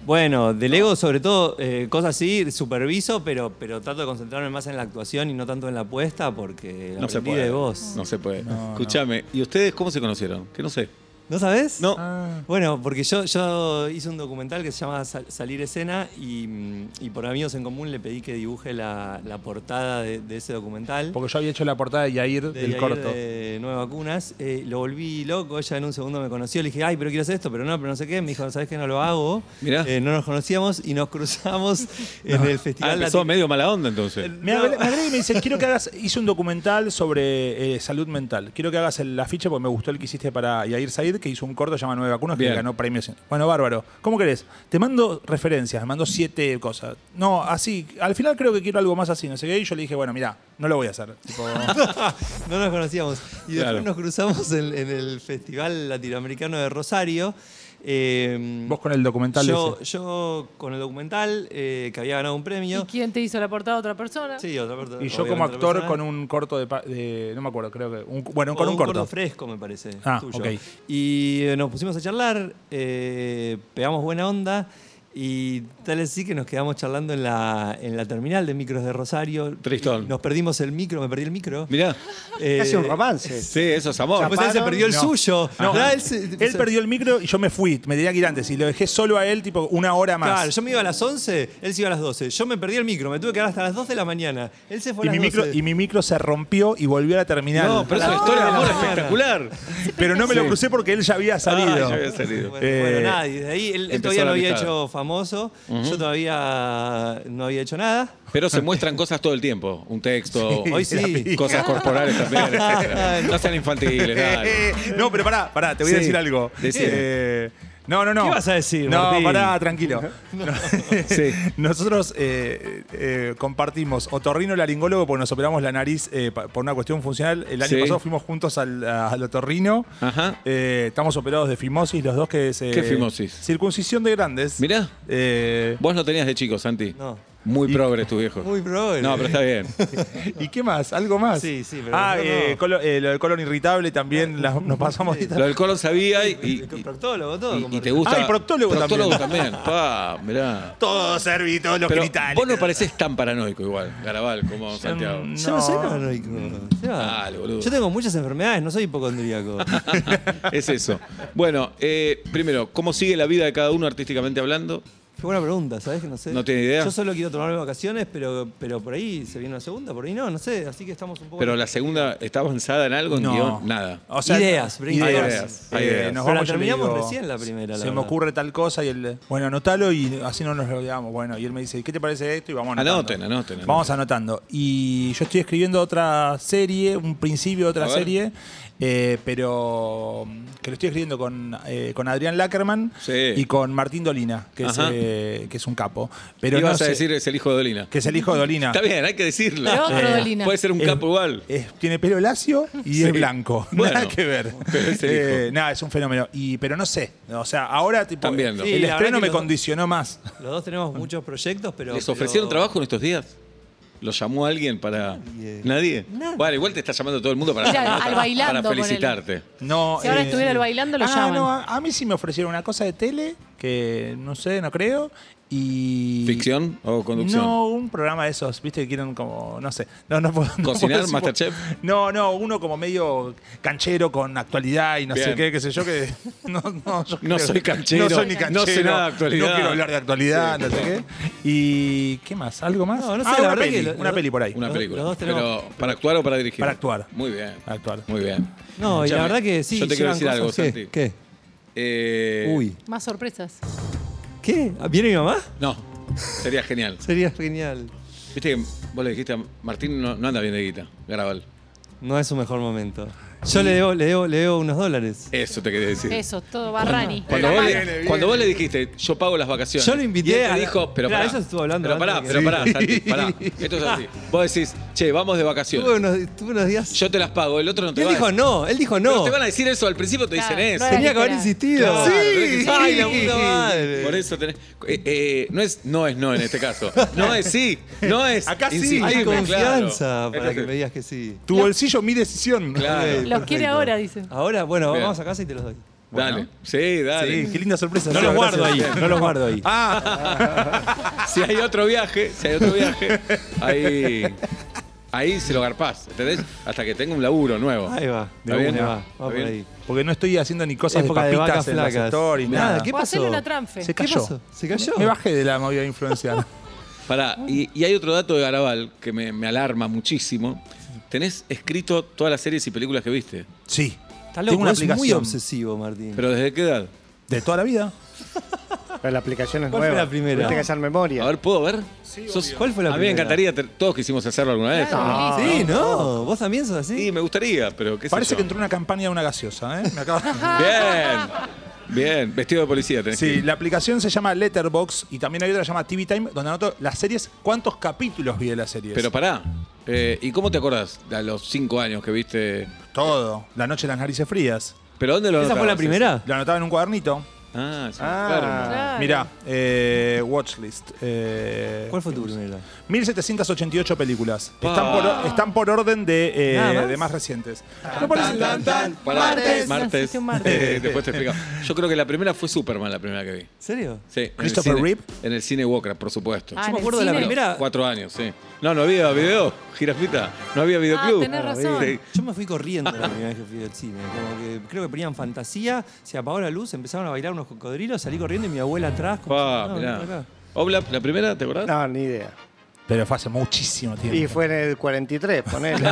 Bueno, delego sobre todo eh, cosas así, superviso, pero, pero trato de concentrarme más en la actuación y no tanto en la apuesta porque
No se
aprendí
puede.
de vos.
No se puede. Escúchame, ¿y ustedes cómo se conocieron? Que no sé.
¿No sabés?
No.
Ah,
Bueno, porque yo, yo hice un documental que se llama Sal- Salir Escena y, mm, y por amigos en común le pedí que dibuje la, la portada de, de ese documental.
Porque yo había hecho la portada de Yair
de
del
Yair
corto.
De Nueve Vacunas. Eh, lo volví loco, ella en un segundo me conoció. Le dije, ay, pero quiero hacer esto, pero no, pero no sé qué. Me dijo, ¿sabes qué? No lo hago.
Mirá.
Eh, no nos conocíamos y nos cruzamos en el festival.
Ah, empezó
Lati-
medio mala onda entonces.
Me,
No.
agrega- me agrega y me dicen, quiero que hagas, hice un documental sobre eh, salud mental. Quiero que hagas el afiche porque me gustó el que hiciste para Yair Said, que hizo un corto llamado Nueve Vacunas,
Bien.
que ganó premios. Bueno, bárbaro. ¿Cómo querés? Te mando referencias, me mando siete cosas. No, así, al final creo que quiero algo más así, no sé qué. Y yo le dije, bueno, mira, no lo voy a hacer. Tipo,
no nos conocíamos. Y después
Claro.
nos cruzamos en, en el Festival Latinoamericano de Rosario. Eh,
Vos con el documental
yo,
ese.
yo con el documental eh, que había ganado un
¿Y
premio.
quién te hizo la portada? ¿Otra persona?
Sí, otra parte-
Y yo
obviamente
como
otra
actor
persona.
con un corto de, pa- de- No me acuerdo, creo que. un- bueno,
O
con un, corto.
fresco, me parece.
Ah,
tuyo.
ok.
Y eh, nos pusimos a charlar, eh, pegamos buena onda y tal así que nos quedamos charlando en la, en la terminal de micros de Rosario.
Tristón.
Nos perdimos el micro, me perdí el micro.
Mirá.
Eh,
Casi un romance.
Sí, eso es amor.
Después él se
¿Chaparon?
perdió el
No.
suyo.
No,
Ah,
él,
se- se-
perdió el micro y yo me fui. Me tenía que ir antes. Y lo dejé solo a él, tipo, una hora más.
Claro, yo me iba a las 11, él se iba a las 12. Yo me perdí el micro, me tuve que quedar hasta las 2 de la mañana. Él se fue
y,
a las
mi micro,
12.
y mi micro se rompió y volvió a la terminal.
No, pero es una historia de amor espectacular.
Pero no me lo
Sí.
crucé porque él ya había salido.
Ay, ya había salido.
Bueno,
Eh,
bueno, nada, y desde ahí él, él
empezó
todavía
la
no había
amistad.
hecho famoso, yo todavía no había hecho nada.
Pero se muestran cosas todo el tiempo. Un texto,
Hoy sí.
cosas corporales también. etcétera. no sean infantiles, dale.
Eh, eh, no, pero pará, pará, te voy a
Sí,
decir algo.
decime.
Eh, no, no, no.
¿Qué vas a decir,
No,
Martín?
pará, tranquilo. No.
Sí.
Nosotros eh, eh, compartimos otorrino laringólogo porque nos operamos la nariz eh, pa- por una cuestión funcional. El año
Sí.
pasado fuimos juntos al, a- al otorrino.
Ajá.
Eh, estamos operados de fimosis, los dos que se.
¿Qué fimosis?
Circuncisión de grandes.
Mirá.
Eh,
Vos no tenías de chico, Santi.
No.
Muy progres tu viejo.
Muy probable.
No, pero está bien.
¿Y qué más? ¿Algo más?
Sí, sí, pero
Ah,
no,
eh,
no.
colo- eh, lo del colon irritable también la- nos pasamos.
Lo del colon sabía y, y-
El proctólogo,
y-
todo.
y te
compartido.
gusta.
Ah, y proctólogo
también. Pa, mirá.
Todo serví, todos los
Pero
genitales.
vos no parecés tan paranoico igual, Garabal, como Santiago.
Yo no, soy paranoico. Seba.
Dale, boludo.
Yo tengo muchas enfermedades, no soy hipocondríaco.
Es eso. Bueno, eh, primero, ¿cómo sigue la vida de cada uno artísticamente hablando?
Fue buena pregunta, ¿sabes que no sé?
No tiene idea.
Yo solo quiero tomarme vacaciones, pero, pero por ahí se viene una segunda, por ahí no, no sé. Así que estamos un poco.
Pero la segunda, ¿está avanzada en algo? En guión? Nada.
O
Ideas, brainstorm.
Ideas, hay ideas.
Eh, nos
Pero la
vamos, yo le
terminamos
digo,
recién la primera, la
Se me
verdad.
ocurre tal cosa y él, bueno, anotalo y así no nos lo digamos. Bueno, y él me dice, ¿qué te parece esto? Y vamos anotando.
Anoten, anoten, anoten.
Vamos anotando. Y yo estoy escribiendo otra serie, un principio de
A
otra
ver.
serie, eh, pero mm, que lo estoy escribiendo con, eh, con Adrián Lackerman
Sí.
y con Martín Dolina, que es,
Ajá.
eh, que es un capo. Pero no
Ibas a
sé-
decir es el hijo de Dolina.
que es el hijo de Dolina.
Está bien, hay que decirlo.
Pero otro
Eh,
Dolina.
Puede ser un
Es-
capo igual.
eh,
es- tiene pelo lacio y
Sí.
es blanco.
Bueno,
nada que ver.
pero es el
Eh, nada, es un fenómeno. Y, pero no sé. O sea, ahora tipo,
Están viendo.
Sí,
el
la verdad
estreno
que
me
los-
condicionó más.
Los dos tenemos muchos proyectos, pero.
¿Les
pero-
ofrecieron trabajo en estos días? ¿Lo llamó alguien para.? Nadie. Bueno, igual te está llamando todo el mundo para,
Mira, al
para-
bailando,
para felicitarte.
No,
Si ahora estuviera el bailando, lo
ah,
llaman.
no, a, a mí sí me ofrecieron una cosa de tele que no sé, no creo. Y.
¿Ficción o conducción?
No, un programa de esos, viste, que quieren como, no sé, no, no puedo. no
¿Cocinar,
puedo decir-
Masterchef?
No, no, uno como medio canchero con actualidad y no sé
Bien.
qué, qué sé yo, que no, no, yo
No
creo-
soy canchero,
No soy ni canchero.
no sé nada de actualidad.
No quiero hablar de actualidad, no sé qué. ¿Y qué más? ¿Algo más?
No, no sé,
Ah,
la
una
verdad
peli,
que lo-
una
lo-
peli por ahí.
Una
Los-
película.
los dos tenemos-
Pero, ¿para actuar o para dirigir?
Para actuar.
Muy bien.
Para actuar.
Muy bien.
No, y la
Escuchame,
verdad que sí.
Yo te quiero
llevan
decir algo,
cosas-
Santi.
¿Qué? ¿Qué?
Eh,
Uy.
Más sorpresas.
¿Qué? ¿Viene mi mamá?
No, sería genial.
Sería genial.
Viste que vos le dijiste a Martín, no, no anda bien de guita, Garabal.
No es su mejor momento. Yo le debo, le debo, le debo unos dólares.
Eso te quería decir.
Eso, todo Barrani.
Cuando,
La
vos,
mano.
le, cuando vos le dijiste, yo pago las vacaciones.
Yo lo invité
Y él
a
te
la-
dijo, pero
Claro,
pará.
eso estuvo hablando
Pero pará,
antes
pero
que-
pará, Santi, pará. Esto es así. Vos decís, che, vamos de
Tuve
vacaciones.
unos, tuve unos días.
Yo te las pago, el otro no
Y
te
él
va a
dijo
decir.
no, él dijo
Pero
no.
te van a decir eso, al principio te dicen
Claro,
eso.
no era-
Tenía que haber
Claro.
insistido.
Claro,
sí. Ay, la puta
Por
madre.
eso tenés. eh, eh, no es no es no en este caso. No es sí. No es.
Acá sí.
insistirme,
Hay
claro.
confianza para
Entonces,
que me digas que sí.
Tu bolsillo, mi decisión.
Claro.
Ok,
Los quiere ahora, dice.
Ahora, bueno,
Bien.
vamos a casa y te los doy.
Dale. Sí, dale.
Sí, qué linda sorpresa.
No
sí,
los
gracias.
guardo ahí, no los guardo ahí.
Si hay otro viaje, si hay otro viaje, ahí. Ahí se lo garpás, ¿entendés? Hasta que tenga un laburo nuevo.
Ahí va,
¿Está
de
bien?
una, va, va
¿Está
por
bien?
ahí.
Porque no estoy haciendo ni cosas de
Época de
papitas
vacas
en las
flacas.
stories,
Nada,
nada.
¿qué
O hacerle
pasó?
una tranfe.
Se
¿Qué
cayó.
pasó? ¿Se cayó?
Me bajé de la movida influencial.
Pará, y, y hay otro dato de Garabal que me, me alarma muchísimo. Tenés escrito todas las series y películas que viste.
sí.
Está loco,
Tengo una
es muy
aplicación
obsesivo, Martín.
¿Pero desde qué edad?
de toda la vida.
Pero la aplicación es
¿Cuál fue
nueva.
la primera?
Tuviste que hacer memoria.
A ver, ¿puedo ver? Sos-
obvio. ¿Cuál fue la
A mí me
primera?
encantaría, te- todos quisimos hacerlo alguna vez.
Claro, listo.
Ah, sí, ¿no? ¿Vos también sos así?
ah, Sí, me gustaría, pero qué sé
Parece
yo.
que entró una campaña de una gaseosa, ¿eh? Me acabo-
Bien, bien. Vestido de policía tenés que
Sí,
ir.
la aplicación se llama Letterbox y también hay otra que se llama TV Time, donde anoto las series, cuántos capítulos vi de las series.
Pero pará. eh, ¿Y cómo te acordás de a los cinco años que viste?
Todo. La noche de las narices frías.
¿Pero dónde lo
¿Esa fue la
anotabas?
primera?
Lo anotaba en un cuadernito.
Ah, es un
Ah.
Claro.
Mirá, eh, Watchlist. eh,
¿Cuál fue tu primera?
1788 películas. Están,
Ah.
por, están por orden de, eh,
Nada más.
de más recientes. No parece-
enfermo. Pará.
Martes.
Martes.
Naciste un martes.
Eh, después te explico. Yo creo que la primera fue Superman, la primera que vi.
¿En serio?
Sí, en el
Christopher
cine-
Reeve.
En el cine Wokra, por supuesto.
Ah,
Yo
¿en
me
el
acuerdo de la
Pero
cine?
primera.
Cuatro años, sí. No, no había video, jirafita. No había videoclub.
Ah,
Ah,
tenés razón.
Sí.
Yo me fui corriendo la primera vez que fui al cine. Como que creo que ponían fantasía, se apagó la luz, empezaron a bailar unos cocodrilos, salí corriendo y mi abuela atrás. como
Pa,
diciendo, "No,
mirá.
ven para acá".
Oblap, la primera, ¿te acordás?
No, ni idea.
Pero fue hace muchísimo tiempo.
Y fue en el 43, ponele.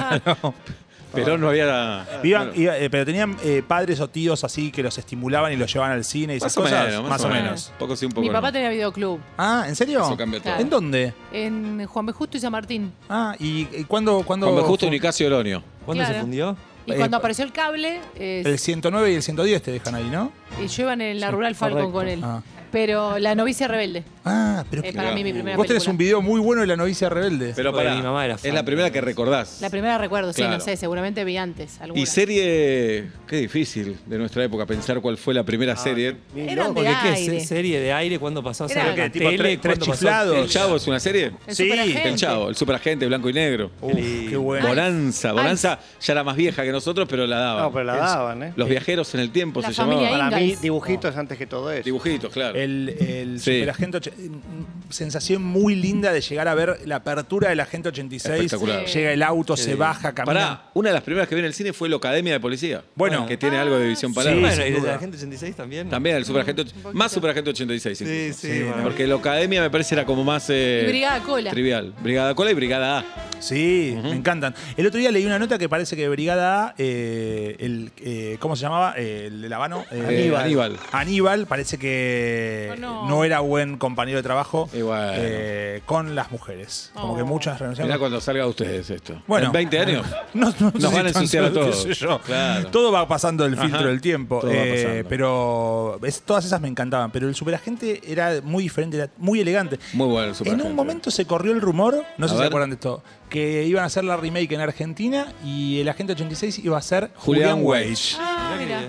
Pero no había.
Iban-
Bueno,
iba- eh, pero tenían eh, padres o tíos así que los estimulaban y los llevaban al cine y esas
más o
cosas.
menos,
más o menos.
Poco sí, un poco.
Mi papá
no.
tenía videoclub
Ah, ¿en serio?
Eso cambió todo.
¿En dónde?
en Juan B. Justo y San Martín.
Ah, ¿y, y cuándo? cuándo
Juan B. Justo y
fue?
Nicasio Oronio.
¿Cuándo se
Claro.
fundió?
Y
Eh,
cuando
pa-
apareció el cable, eh,
El 109 y el 110 te dejan ahí, ¿no?
y yo iba en la Rural Falcon
correcto.
con él.
Ah.
Pero La novicia rebelde.
Ah, pero
Es
que-
para mí mi primera
vos tenés
película.
un video muy bueno de la novicia rebelde.
Pero
Porque
para.
mi mamá era
es
fan
la
de
primera
los-
que recordás.
La primera recuerdo, sí,
Claro.
no sé, seguramente vi antes alguna.
y serie. Qué difícil de nuestra época pensar cuál fue la primera serie.
Ni
Eran
loco.
de
Porque qué
aire.
es serie de aire, cuando pasó a
Era-
ser
Creo que
tipo tres- tres
¿Cuándo pasó?
chiflados.
¿El Chavo es una serie?
El
Sí,
superagente.
El Chavo, el superagente, blanco y negro.
Uf, qué Uh, bueno.
Bonanza. Bonanza ya era más vieja que nosotros, pero la daban.
No, pero la daban, ¿eh?
Los viajeros en el tiempo
La
se
familia
llamaba.
Para mí,
Ingalls.
dibujitos antes que todo eso.
Dibujitos, claro.
El, el
Sí.
Superagente och- mm, sensación muy linda de llegar a ver la apertura del agente 86.
Espectacular.
Sí.
Llega el auto, se baja, camina.
Pará, una de las primeras que vi en el cine fue la Academia de Policía.
Bueno.
Que tiene algo de visión
Sí,
palabra.
bueno,
sin
y de
duda.
la gente 86 también.
También el Superagente. och-
Ah, poquito.
Más Superagente 86.
Sí,
incluso.
sí, bueno.
Porque la Academia me parece era como más. eh,
Y Brigada Cola.
Trivial. Brigada Cola y Brigada A.
Sí, me encantan. El otro día leí una nota que parece que Brigada A, eh, el, eh, ¿cómo se llamaba? Eh, el de La Habano. eh,
Aníbal. Aníbal.
Aníbal, parece que
Oh, no.
no era buen compañero de trabajo
Y bueno.
eh, con las mujeres. Como
Oh.
que muchas
Mirá
renunciaron.
cuando salga a ustedes esto.
Bueno.
¿En 20 años?
No, no sé
Nos van a
tan
ensuciar a
solo, qué
todos.
sé yo.
Claro.
Todo va pasando el
Ajá.
filtro del tiempo.
Todo va
eh,
pasando.
pero es- todas esas me encantaban. Pero el superagente era muy diferente, era muy elegante.
Muy bueno el Superagente.
En un momento se corrió el rumor, no sé
A
si se
ver.
acuerdan de esto, que iban a hacer la remake en Argentina y el agente 86 iba a ser
Julián
Julián
Weich.
Wage.
Ah, mira.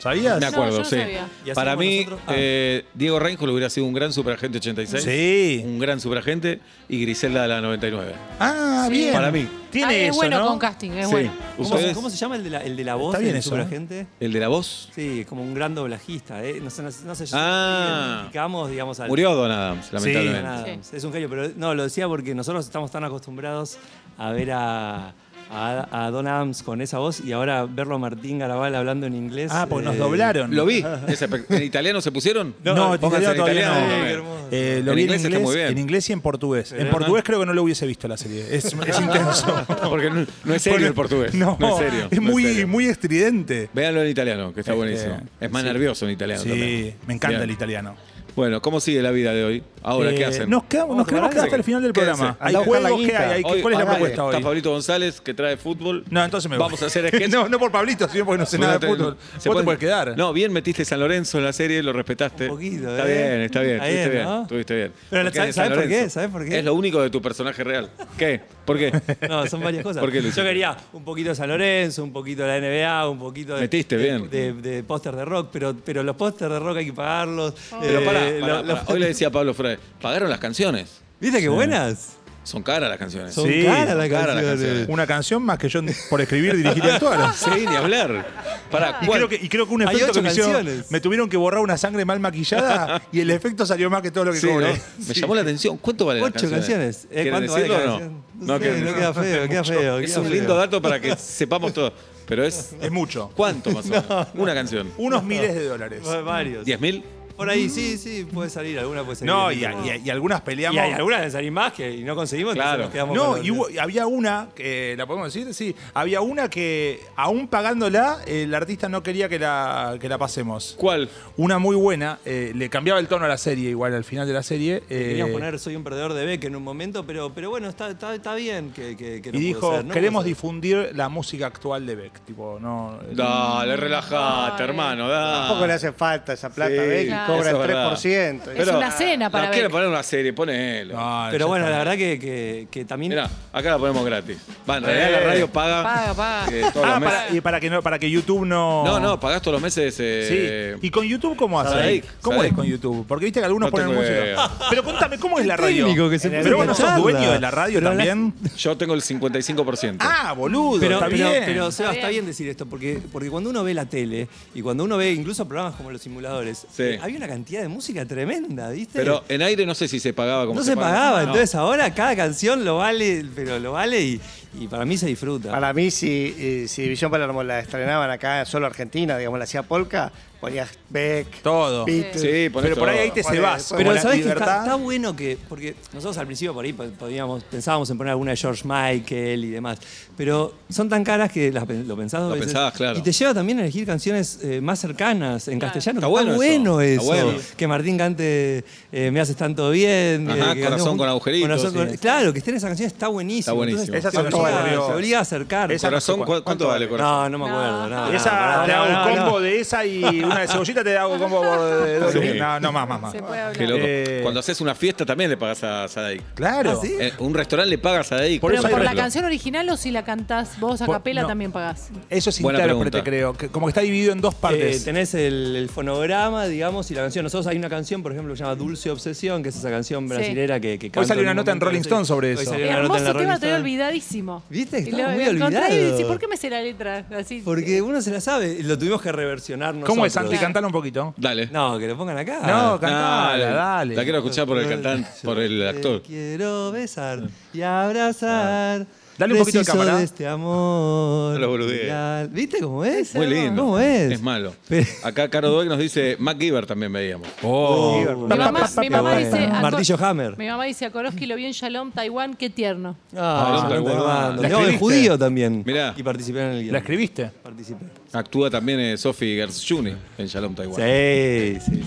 ¿Sabías?
Me
No,
acuerdo,
yo no
sí.
sabía.
¿Y
Para
hacemos
mí,
nosotros? Ah.
eh, Diego Reinhold hubiera sido un gran superagente 86.
Sí.
Un gran superagente y Griselda de la 99.
Ah,
Sí.
bien.
Para mí.
Tiene
Ah, es
eso,
bueno
¿no?
con casting, es
Sí.
bueno.
¿Cómo,
¿Ustedes?
se, cómo se llama el de la, el de la voz
Está bien
del
eso,
Superagente?
¿El de la voz?
Sí, como un gran doblajista. ¿eh? No sé, no sé, no sé
Ah.
si identificamos, digamos, al.
Murió Don Adams, lamentablemente.
Nada, Es un genio, pero no, lo decía porque nosotros estamos tan acostumbrados a ver a, a, a Don Adams con esa voz y ahora verlo a Martín Garabal hablando en inglés.
Ah, porque nos
eh,
doblaron.
Lo vi. Es espe- ¿En italiano se pusieron?
No, en
pónganse
italiano todavía
italiano.
no.
Sí, qué
también.
hermoso.
Eh, lo
En
vi
inglés
en
está
inglés,
muy bien.
en inglés y en portugués. En portugués creo que no lo hubiese visto la serie. Es, es intenso.
Porque no, no es serio
Bueno,
el portugués. No,
No,
es serio.
Es
no es
muy,
serio.
muy estridente.
Véanlo en italiano, que está buenísimo. Es más nervioso en italiano
Sí,
también.
me encanta
Bien.
el italiano.
Bueno, ¿cómo sigue la vida de hoy? Ahora, ¿qué
Eh,
hacen?
Nos quedamos, nos
Vamos a
queremos quedar
prepararse.
hasta el final del
Quédense.
programa.
Andá a
Hay
buscar la
juegos que
guita.
hay. hay-
Hoy-
¿Cuál es la
andale.
propuesta
Está
hoy?
Pablito González, que trae fútbol.
No, entonces me voy.
Vamos a hacer sketch.
No, no por Pablito, sino porque no sé nada de
Bueno, te-
fútbol.
se
Vos
pueden-
te puedes quedar.
No, bien metiste San Lorenzo en la serie, lo respetaste.
Un poquito,
Está
¿eh?
bien, está bien,
Está
estuviste bien,
bien, ¿no?
estuviste bien.
Pero
Porque
¿sabes-
es San
sabes por qué?
Lorenzo.
¿Sabes por qué? Eh,
Es lo único de tu personaje real. ¿Qué? ¿Por qué?
No, son varias cosas.
¿Por qué, Luisito?
Yo quería un poquito de San Lorenzo, un poquito de la NBA, un poquito de.
Metiste
de-
bien.
De, de póster de rock, pero, pero los pósters de rock hay que pagarlos.
Oh. Pero
eh,
pará,
lo-
pará,
lo-
pará. hoy le decía a Pablo Freire, pagaron las canciones.
¿Viste qué buenas?
Son caras las canciones.
Son
Sí,
caras
son
las
caras las
canciones.
Una canción más que yo por escribir, dirigir y actuar.
Sí, ni hablar. Pará,
Y
¿cuál?
creo, que, y creo que un
Hay
efecto que
ocho
me hicieron,
canciones.
me tuvieron que borrar una sangre mal maquillada y el efecto salió más que todo lo que
Sí,
cobré.
¿no? Me llamó la atención. ¿Cuánto vale
Ocho
las canciones?
canciones. Eh,
¿Quieren
¿Cuánto vale
decirlo
cada
o
canción?
no?
No, sé,
quieren-
no queda feo, queda feo.
Es
queda
un
feo.
lindo dato para que sepamos todo. Pero es.
Es mucho.
¿Cuánto más o menos? Una canción.
Unos miles de dólares.
Va- Varios.
¿Diez mil?
Por ahí, sí, sí, puede salir, alguna puede salir.
No,
de
y,
mínimo.
y- y algunas
Y
peleamos.
hay algunas que salir más que y no conseguimos, entonces
Claro.
nos quedamos
No,
con la-
y hubo- y había una, que, ¿la podemos decir? Sí, había una que, aún pagándola, el artista no quería que la, que la pasemos.
¿Cuál?
Una muy buena, eh, le cambiaba el tono a la serie, igual al final de la serie. eh,
Queríamos poner Soy un perdedor de Beck en un momento, pero, pero bueno, está, está, está bien que, que, que no
y
pudo
dijo,
ser, no
queremos
pudo ser".
difundir la música actual de Beck. Tipo, no.
Dale, relajate, hermano, dale.
Tampoco le hace falta esa plata, ¿ves?
Claro.
Cobra el
Eso es verdad.
3%.
Es una cena para
no
ver.
quiero poner una serie, ponelo.
No, Ah, ya
Pero bueno,
está.
la verdad que, que- que también.
Mirá, acá la ponemos gratis. Va, en
Eh.
realidad la radio paga.
Paga, paga.
eh, todos
Ah,
los meses.
para, y para que, no, para que YouTube no.
No, no, pagás todos los meses. eh,
Sí. ¿Y con YouTube cómo haces?
Sadaic,
¿Cómo
Sadaic.
es con YouTube? Porque viste que algunos
No
ponen
tengo
música.
idea.
Pero contame, ¿cómo es la
Qué
radio?
técnico que se
Pero
puso
vos no sos
charla.
dueño de la radio
Pero la-
también.
Yo tengo el 55%.
Ah, boludo,
Pero,
está
pero,
bien.
pero, Seba,
Está
está
bien.
bien decir esto, porque, porque cuando uno ve la tele y cuando uno ve incluso programas como los simuladores,
Sí.
eh, había una cantidad de música tremenda, ¿viste?
Pero en aire no sé si se pagaba como
no se pagaba,
No.
entonces ahora cada canción lo vale, pero lo vale y, y para mí se disfruta.
Para mí, si, eh, si División Palermo la estrenaban acá, solo Argentina, digamos, la hacía Polka, ponías Beck,
Todo.
Beatles.
Sí, ponés
Pero por ahí,
todo.
ahí te
Ponés,
cebás.
ponés.
Pero
Como la
sabes que está,
libertad-
está bueno que. Porque nosotros al principio por ahí po- podíamos, pensábamos en poner alguna de George Michael y demás. Pero son tan caras que las pen- lo pensás dos
Lo
veces.
pensabas, claro.
Y te lleva también a elegir canciones eh, más cercanas en castellano.
Está
que
bueno eso,
eso.
está bueno.
Que Martín cante eh, Me haces tanto bien.
Ajá,
eh, que
Corazón
cantemos
con
juntos.
agujeritos,
Corazón con-
sí.
Claro, que estén esas canciones está buenísimo.
Está buenísimo.
Entonces,
Esa
te
se nos
obliga-
ocurrió.
te obliga a acercar.
Esa-
Corazón, ¿cu- ¿cuánto,
¿Cuánto
vale
vale?
corazón?
No, no me acuerdo. no,
Esa
no,
te hago
no,
un
no, no.
combo de esa y una de cebollita, te hago combo por- de- de- de-
Sí.
No, no, más, más, más.
Se puede
Qué
hablar.
loco.
Eh.
Cuando haces una fiesta también le pagas a Sadaic.
Claro.
Ah, ¿sí?
Eh, un restaurante le pagas a Sadaic.
Por
Pero
eso hay
por la
ejemplo.
canción original o si la cantás vos a
Por-
capela
no.
también pagás.
Eso es
Buena
intérprete,
pregunta.
creo. que- como que está dividido en dos
Eh,
partes.
tenés el, el fonograma, digamos, y la canción. Nosotros hay una canción, por ejemplo, que se llama Dulce Obsesión, que es esa canción brasilera que, que canta.
salió
en
una
un
nota en
momento.
Rolling Stone sobre eso.
Hoy salió una nota en la
Hermoso
Rolling
tema, te
Stone.
olvidadísimo.
Viste,
Y
estaba
lo-
muy
lo encontré y decí,
olvidado.
¿por qué me sé la letra? Así.
Porque uno se la sabe, lo tuvimos que reversionar nosotros.
¿Cómo es, Santi? Cantalo un poquito.
Dale.
No, que lo pongan acá.
No, cantala,
Dale.
dale.
La quiero escuchar por el cantante, por el actor.
Te quiero besar y abrazar.
Ah. Dale un poquito de
Preciso
cámara.
de este amor.
No lo boludees.
real. ¿Viste cómo es?
Muy lindo.
¿Cómo es?
Es malo.
Pero-
Acá Caro Doig nos dice MacGyver también veíamos.
Oh.
Mi mamá, mi mamá
bueno.
dice. a
Martillo
Ko-
Hammer.
Mi mamá dice a Koroski lo vi en Shalom, Taiwán, qué tierno.
Ah,
Ah,
no,
Taiwán.
Taiwán.
¿La
No, el
escribiste?
judío también.
Mirá.
Y participé en el guión.
¿La escribiste?
Participé.
Actúa también eh, Sophie Gershuni en Shalom Taiwán.
Sí, sí, sí.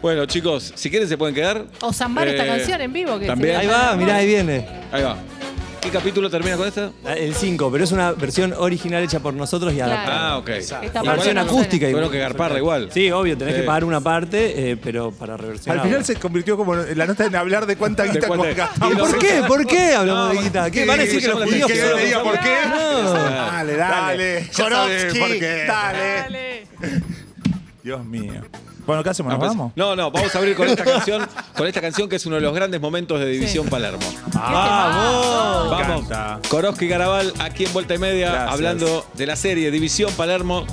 Bueno, chicos, si quieren se pueden quedar. Eh,
O zambar esta canción en vivo, que
también. Ahí
Ahí
sería-
va, mirá, ahí viene. Ah,
va. ¿Qué capítulo termina con esta?
El 5, pero es una versión original hecha por nosotros y adaptada.
Ah, ok.
Esta
La
parte
versión
no nos
acústica. y-
Tuvieron que garparla igual.
Sí, obvio, tenés
Sí.
que pagar una parte, eh, pero para reversionar.
Al final se convirtió como en la nota en hablar de cuánta guita
cuánta-
hemos gastado.
¿Y por qué? ¿Por qué hablamos de guita? ¿Qué? ¿Van a decir que los
¿Qué?
judíos
¿Qué?
solo-
¿Qué?
diga por qué?
No.
Dale, dale.
Ya sabés
Jorowski,
por qué.
Dale.
Dale.
Dios mío. Bueno, ¿qué hacemos?
Ah,
¿Nos
pues-
vamos?
No, no, vamos a abrir con esta canción, con esta canción que es uno de los grandes momentos de División Palermo.
¡Vamos!
Vamos,
encanta.
Koroski Garabal, aquí en Vuelta y Media,
Gracias.
hablando de la serie División Palermo.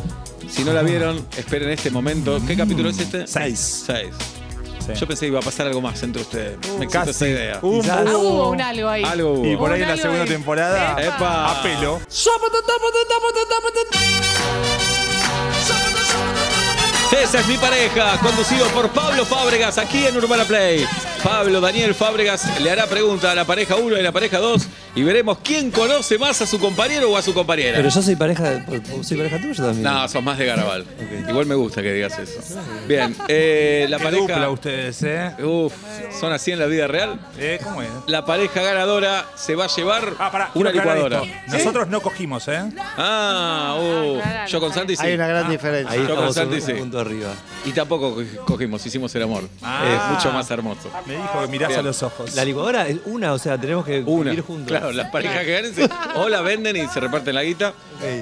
Si no la vieron, esperen este momento. ¿Qué capítulo es este?
Ah. Mm. Seis.
Seis.
Sí. Uh.
Yo pensé que iba a pasar algo más entre ustedes. Me excitó
Casi. Uh.
esa idea.
Un-
Quizás.
Ah, hubo un algo ahí.
Algo hubo.
Y por ahí en la
Algo
segunda
ahí.
temporada.
Epa.
Apelo.
Esa es mi pareja, conducido por Pablo Fábregas aquí en Urbana Play. Pablo Daniel Fábregas le hará pregunta a la pareja 1 y la pareja 2 y veremos quién conoce más a su compañero o a su compañera.
Pero yo soy pareja, de- soy pareja tuya también.
No, sos más de Garabal. Igual me gusta que digas eso. Bien, eh, la
Qué dupla
pareja.
ustedes, ¿eh?
Uf, son así en la vida real.
¿eh? ¿Cómo es?
La pareja ganadora se va a llevar
Ah, pará.
una
quiero aclarar
licuadora.
esto. Nosotros no cogimos, ¿eh?
Ah, uh,
claro,
yo con Santi sí.
Hay una gran diferencia.
Ahí
Yo con
estamos un,
Santi sí.
un punto arriba.
Y tampoco co- cogimos, hicimos el amor.
Ah.
Es mucho más hermoso.
Me dijo que mirás
Bien.
a los ojos.
La licuadora es una, o sea, tenemos que
Una.
vivir juntos.
Claro, las parejas que ganen se- o la venden y se reparten la guita,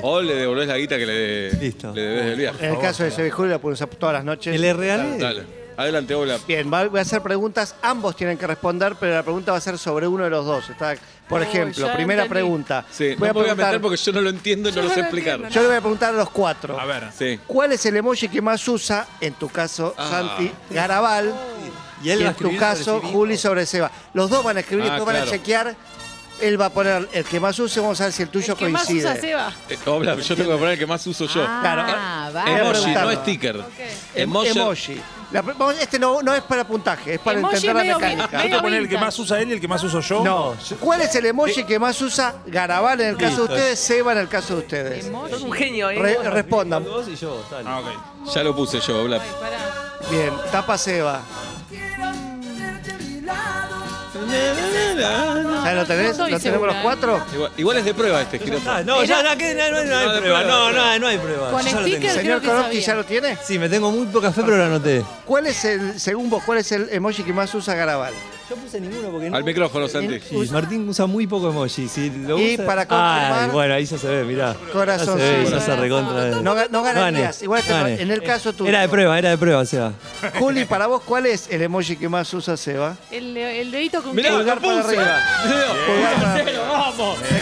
o le devolvés la guita que le,
Listo.
le debes del viaje.
En el caso de Sebi Julio, la podemos usar todas las noches.
El real
Dale. Adelante, hola.
Bien, va- voy a hacer preguntas, ambos tienen que responder, pero la pregunta va a ser sobre uno de los dos. Está, por
Uy,
ejemplo,
ya
primera
entendí.
pregunta.
Sí, no
Voy a
me voy a
preguntar-
meter porque yo no lo entiendo y no
Yo
lo sé
no lo
explicar.
entiendo,
Yo le voy a preguntar a los cuatro.
A ver.
Sí.
¿Cuál es el emoji que más usa, en tu caso,
Ah.
Santi Garabal,
Y
y,
él va a
en tu
escribir
caso,
sobre sí mismo.
Juli sobre Seba? Los dos van a escribir,
Ah,
todos van a
claro.
chequear. Él va a poner el que más use, vamos a ver si el tuyo
El que más
coincide.
usa Seba.
Eh, obla, yo tengo que poner el que más uso yo.
Ah,
Claro.
va.
voy a
Emoji,
preguntar.
no sticker.
Em-
Emoji.
emoji. La pre- vamos- este no, no es para puntaje, es para
Emoji
entender la
medio-
mecánica.
Yo te
Medio
poner el que
vintage.
más usa él y el que más uso yo.
No. ¿Cuál es el emoji que más usa Garabal en el caso de
Listo.
ustedes, Seba en el caso de ustedes?
Emoji. ¿eh?
Re- respondan.
Vos y yo, dale.
Ah, ok.
Ya lo puse yo, Obla.
Ay, pará.
Bien, tapa Seba. ¿Ya lo tenés?
No estoy
¿Lo tenemos
segura. eh.
los cuatro?
Igual, igual es de prueba este jirafa.
Ah, no, ya, ya que no, no hay- no hay prueba. No, no, no hay prueba.
Con
Yo ya lo
sticker-
tengo.
¿Señor
que
Konopki
sabía.
ya lo tiene?
Sí, me tengo muy poca fe, pero lo anoté.
¿Cuál es el, según vos, cuál es el emoji que más usa Garabal?
Yo puse ninguno porque no.
Al micrófono, Santi.
Sí, Martín usa muy poco emoji. sí, lo
Y
usa-
para confirmar-
Ay, bueno, ahí ya se ve, mirá.
Corazón,
Ya se ve,
sí.
ya se recontra.
No ga- no ganarías.
Gane,
Igual te-
gane. Eh,
en el caso tuyo.
Era de prueba, era de prueba, o sea.
Juli, para vos, ¿cuál es el emoji que más usa Seba?
El, el dedito con
Mirá,
que-
lo
Pulgar para
puse.
arriba. Pulgar para arriba.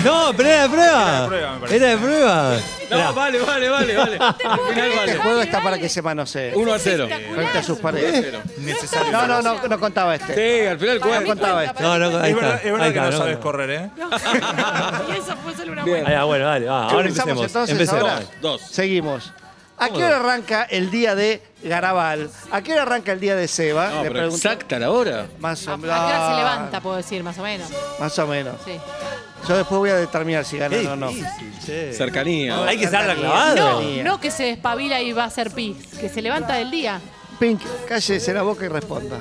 No, pero era de
Era de prueba,
prueba.
me parece.
Era de prueba.
No, vale, vale, vale, vale. Al final
Este
vale.
juego está para que se manosee.
1 a 0.
Frente a sus paredes.
Necesario.
No, no, no, no contaba este.
Eh. Sí, al final
No
cuenta.
contaba este.
No, no,
Es
ahí está.
verdad, es verdad
ahí
que
está,
no sabes correr, ¿eh?
y eso fue solo una buena.
Ahí, ah, bueno, dale, va, ahora
Empezamos
empecemos.
entonces
empecemos.
ahora.
Dos.
Seguimos. ¿A qué hora arranca el día de Garabal? ¿A qué hora arranca el día de Seba?
No,
Ah, Le
pero
pregunto.
exacta la hora.
Más
¿A
o
a qué
menos.
hora se levanta, puedo decir, más o menos?
Más o menos.
Sí.
Yo después voy a determinar si ganan o no.
Cercanía.
Hay que estar la
No,
clavada.
no que se despabila y va a hacer pis, que se levanta del día.
Pink, cállese la boca y responda.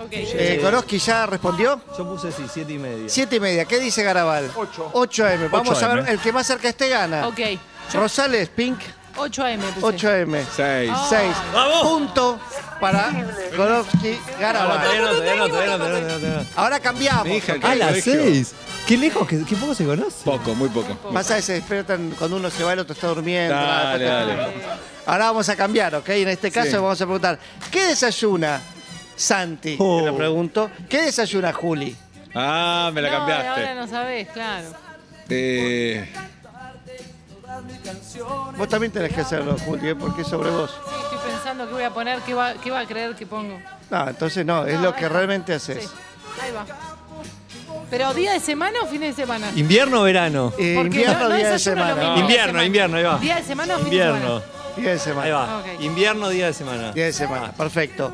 Ok.
Eh, Goroski ya respondió.
Yo puse sí, siete y media.
Siete y media. ¿Qué dice Garabal? 8. 8 AM. Vamos
8
a ver,
AM.
el que más cerca esté gana.
Ok. Yo-
Rosales, Pink,
8 AM puse.
8 AM.
6.
6.
Ah,
Punto para Gorovsky
Ah, no,
Garabal.
todavía no, todavía no, todavía no, todavía no, todavía no.
Ahora cambiamos.
Mi hija,
¿ok?
A las
Colegio.
seis. Qué lejos, que- qué poco se conoce.
Poco, muy poco.
Pasa que se despiertan cuando uno se va, el otro está durmiendo.
Dale,
nada,
dale.
nada. Ahora vamos a cambiar, ¿ok? En este caso
Sí.
vamos a preguntar, ¿qué desayuna Santi?
Oh.
Te lo pregunto. ¿Qué desayuna Juli?
Ah, me la
No,
cambiaste.
Ahora no sabés, claro.
Eh,
Vos también tenés que hacerlo, Juli, ¿eh? porque es sobre vos.
Sí, estoy pensando qué voy a poner, qué va, qué va a creer que pongo.
No, entonces no, es
No,
lo
ahí
que
va.
realmente haces.
Sí, ahí va. ¿Pero día de semana o fin de semana?
Invierno o verano.
Eh,
Porque
invierno,
no- no
día de
desayuno lo
semana.
mismo.
Invierno,
semana.
invierno, ahí va.
Día de semana o fin de
Invierno.
semana.
Día de semana.
Ahí va.
Ah, ok.
Invierno, día de semana.
Día de semana, perfecto.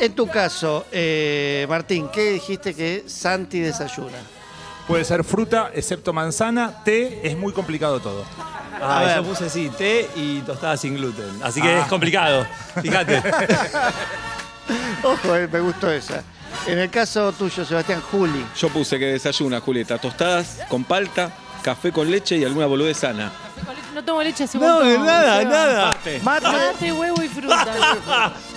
En tu caso, eh, Martín, ¿qué dijiste que Santi desayuna?
Puede ser fruta, excepto manzana, té, es muy complicado todo.
Ah,
A ver.
yo puse sí, té y tostada sin gluten. Así que
Ah.
es complicado. Fíjate.
Ojo, eh, me gustó esa. En el caso tuyo, Sebastián, Juli.
yo puse que desayuna, Julieta. Tostadas con palta, café con leche y alguna boludez sana.
Café con leche. No tomo leche hace un
no,
montón,
nada,
Seba.
nada.
Mate,
Mate, huevo y fruta.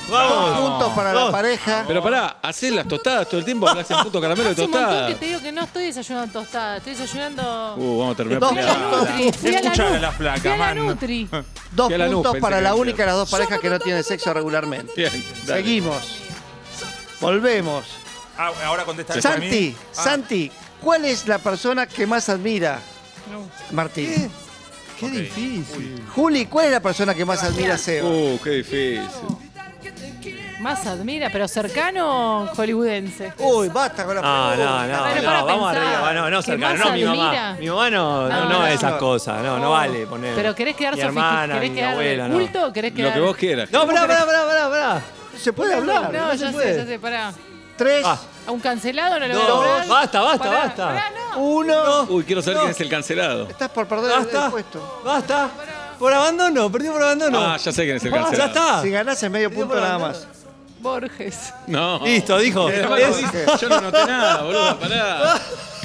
dos puntos para la
Dos.
pareja.
Pero pará, haces las tostadas todo el tiempo, hablas en puto caramelo de
Hace un montón que
tostadas.
te digo que no estoy desayunando tostada, estoy desayunando...
Uh, vamos a terminar
Dos
Fui a la
peleados.
puntos.
Nutri, fui a la
Escuchá a
Nutri.
la flaca,
Fui a la
man.
Nutri.
Dos
que la luz,
puntos
pensé
para
que
la
decía.
única de las dos parejas que no tienen sexo regularmente.
Bien, dale.
Seguimos. Volvemos.
Ah, ahora contesta después de
Santi,
mí. Ah,
Santi, ¿cuál es la persona que más admira? Martín.
Qué difícil.
Juli, ¿cuál es la persona que más admira a Seba?
Uh, qué difícil.
Más admira, pero cercano hollywoodense.
Uy, basta con la
No, Ah, no, no,
Bueno,
no,
para
vamos
pensar.
arriba, no, no,
¿Qué
cercano,
más
no, mi mamá.
admira?
Mi mamá no, no,
No,
no,
no.
esas cosas, no, no vale poner.
Pero querés quedar
Mi hermana,
sofisticado, querés
mi
quedar
abuela, no.
culto, querés quedar.
Lo que vos quieras.
No, pará, pará, pará, pará, pará.
Se puede hablar.
No, ya sé, ya sé, pará.
Tres,
Ah,
A un cancelado no le voy a
Dos.
nombrar.
Basta, basta,
Pará,
basta.
pará, no.
uno.
Uy, quiero saber quién es el cancelado.
Estás por perder el- el
basta,
puesto.
basta. Por abandono, perdió por abandono.
Ah, ya sé quién es el
Ah, ya
cancelado.
está.
Si ganás es medio punto nada más.
Borges.
No.
Listo, dijo.
Pero,
Es-
hermano, Yo no noté nada, boludo, pará.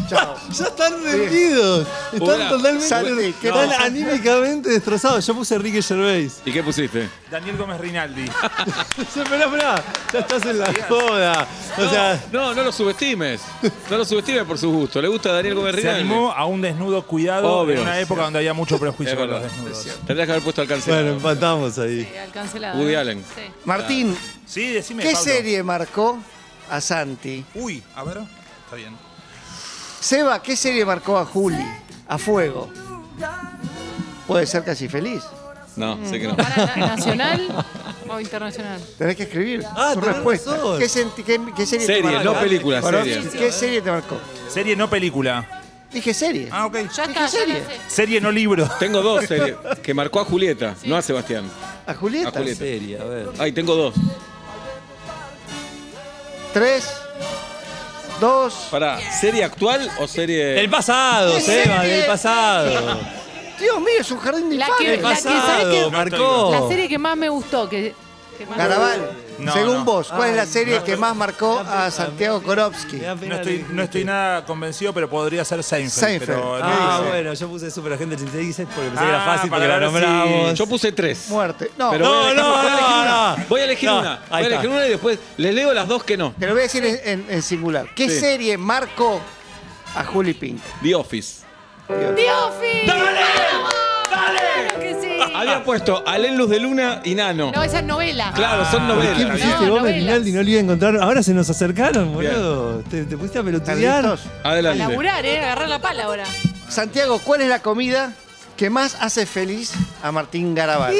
Chao.
Ya están rendidos. Están
Hola.
totalmente
Santi, ¿qué
están
pasa?
anímicamente destrozados. Yo puse Ricky Gervais.
¿Y qué pusiste?
Daniel Gómez Rinaldi.
Esperá, esperá. Ya estás en la joda. O sea,
No, no lo subestimes. No lo subestimes por su gusto. Le gusta a Daniel Gómez
Se
Rinaldi.
animó a un desnudo cuidado
Obvio.
en una época donde había mucho
Es
prejuicio con los
verdad.
desnudos.
Tendrías que haber puesto al cancelado.
bueno, empatamos ahí.
Sí, Eh, al cancelado.
Woody
¿no?
Allen.
Sí.
Martín,
Ah.
Sí, decime.
¿qué
Pablo.
serie marcó a Santi?
Uy, a ver. Está bien.
Seba, ¿qué serie marcó a Juli? A Fuego. Puede ser casi feliz.
No, sé que no.
Pará, na- ¿Nacional o internacional?
Tenés que escribir
Ah,
tu
tenés
respuesta.
razón.
¿Qué, senti- qué- qué serie te
Series,
marcó?
no películas,
Bueno,
series.
¿Qué serie te marcó?
Serie no película.
Dije serie.
Ah, ok.
Ya está, ya
serie?
la sé.
Serie no libro.
Tengo dos series que marcó a Julieta, no a Sebastián.
A Julieta.
A Julieta.
Serie, a ver.
Ay, tengo dos.
Tres, dos.
Pará, ¿serie actual o serie.?
Del pasado,
¿Qué
Seba,
serie?
del pasado.
Dios mío, es un jardín de
La
infantes.
Del
que- ¿sabés
pasado,
qué?
marcó.
La serie que más me gustó, que
Garabal,
No,
según
no.
vos, ¿cuál es la
Ay,
serie
no,
que
no.
más marcó
Me da
a
pena,
Santiago
me-
Korovsky?
me da pena
No estoy,
que-
no estoy nada convencido, pero podría ser Seinfeld.
Seinfeld.
pero no
Ah,
dice.
bueno, yo puse Superagente 86 porque pensé que
Ah,
era fácil
para
porque la
ver si-
nombramos.
Yo puse tres.
Muerte. No,
Pero
No,
voy a elegir-
no,
voy a elegir
no,
una.
no.
Voy a elegir
No,
una.
ahí
Voy a elegir
está.
una y después les leo las dos que no.
te lo voy a decir en, en- en singular. ¿Qué
Sí.
serie marcó a Juli Pink?
The Office.
¡Diofi!
¡Dale! Ah,
¡Dale! que sí!
Había puesto Alén Luz de Luna y Nano.
No, esa es novela.
Claro, son
¿Qué
novelas.
Ah, pusiste
No,
vos,
novelas.
Merinaldi? No lo iba a encontrar. Ahora se nos acercaron, boludo. Te, te pusiste a pelotudear.
Carlitos.
A
Adelante.
laburar, ¿eh? Agarrar la pala ahora.
Santiago, ¿cuál es la comida que más hace feliz a Martín Garabal?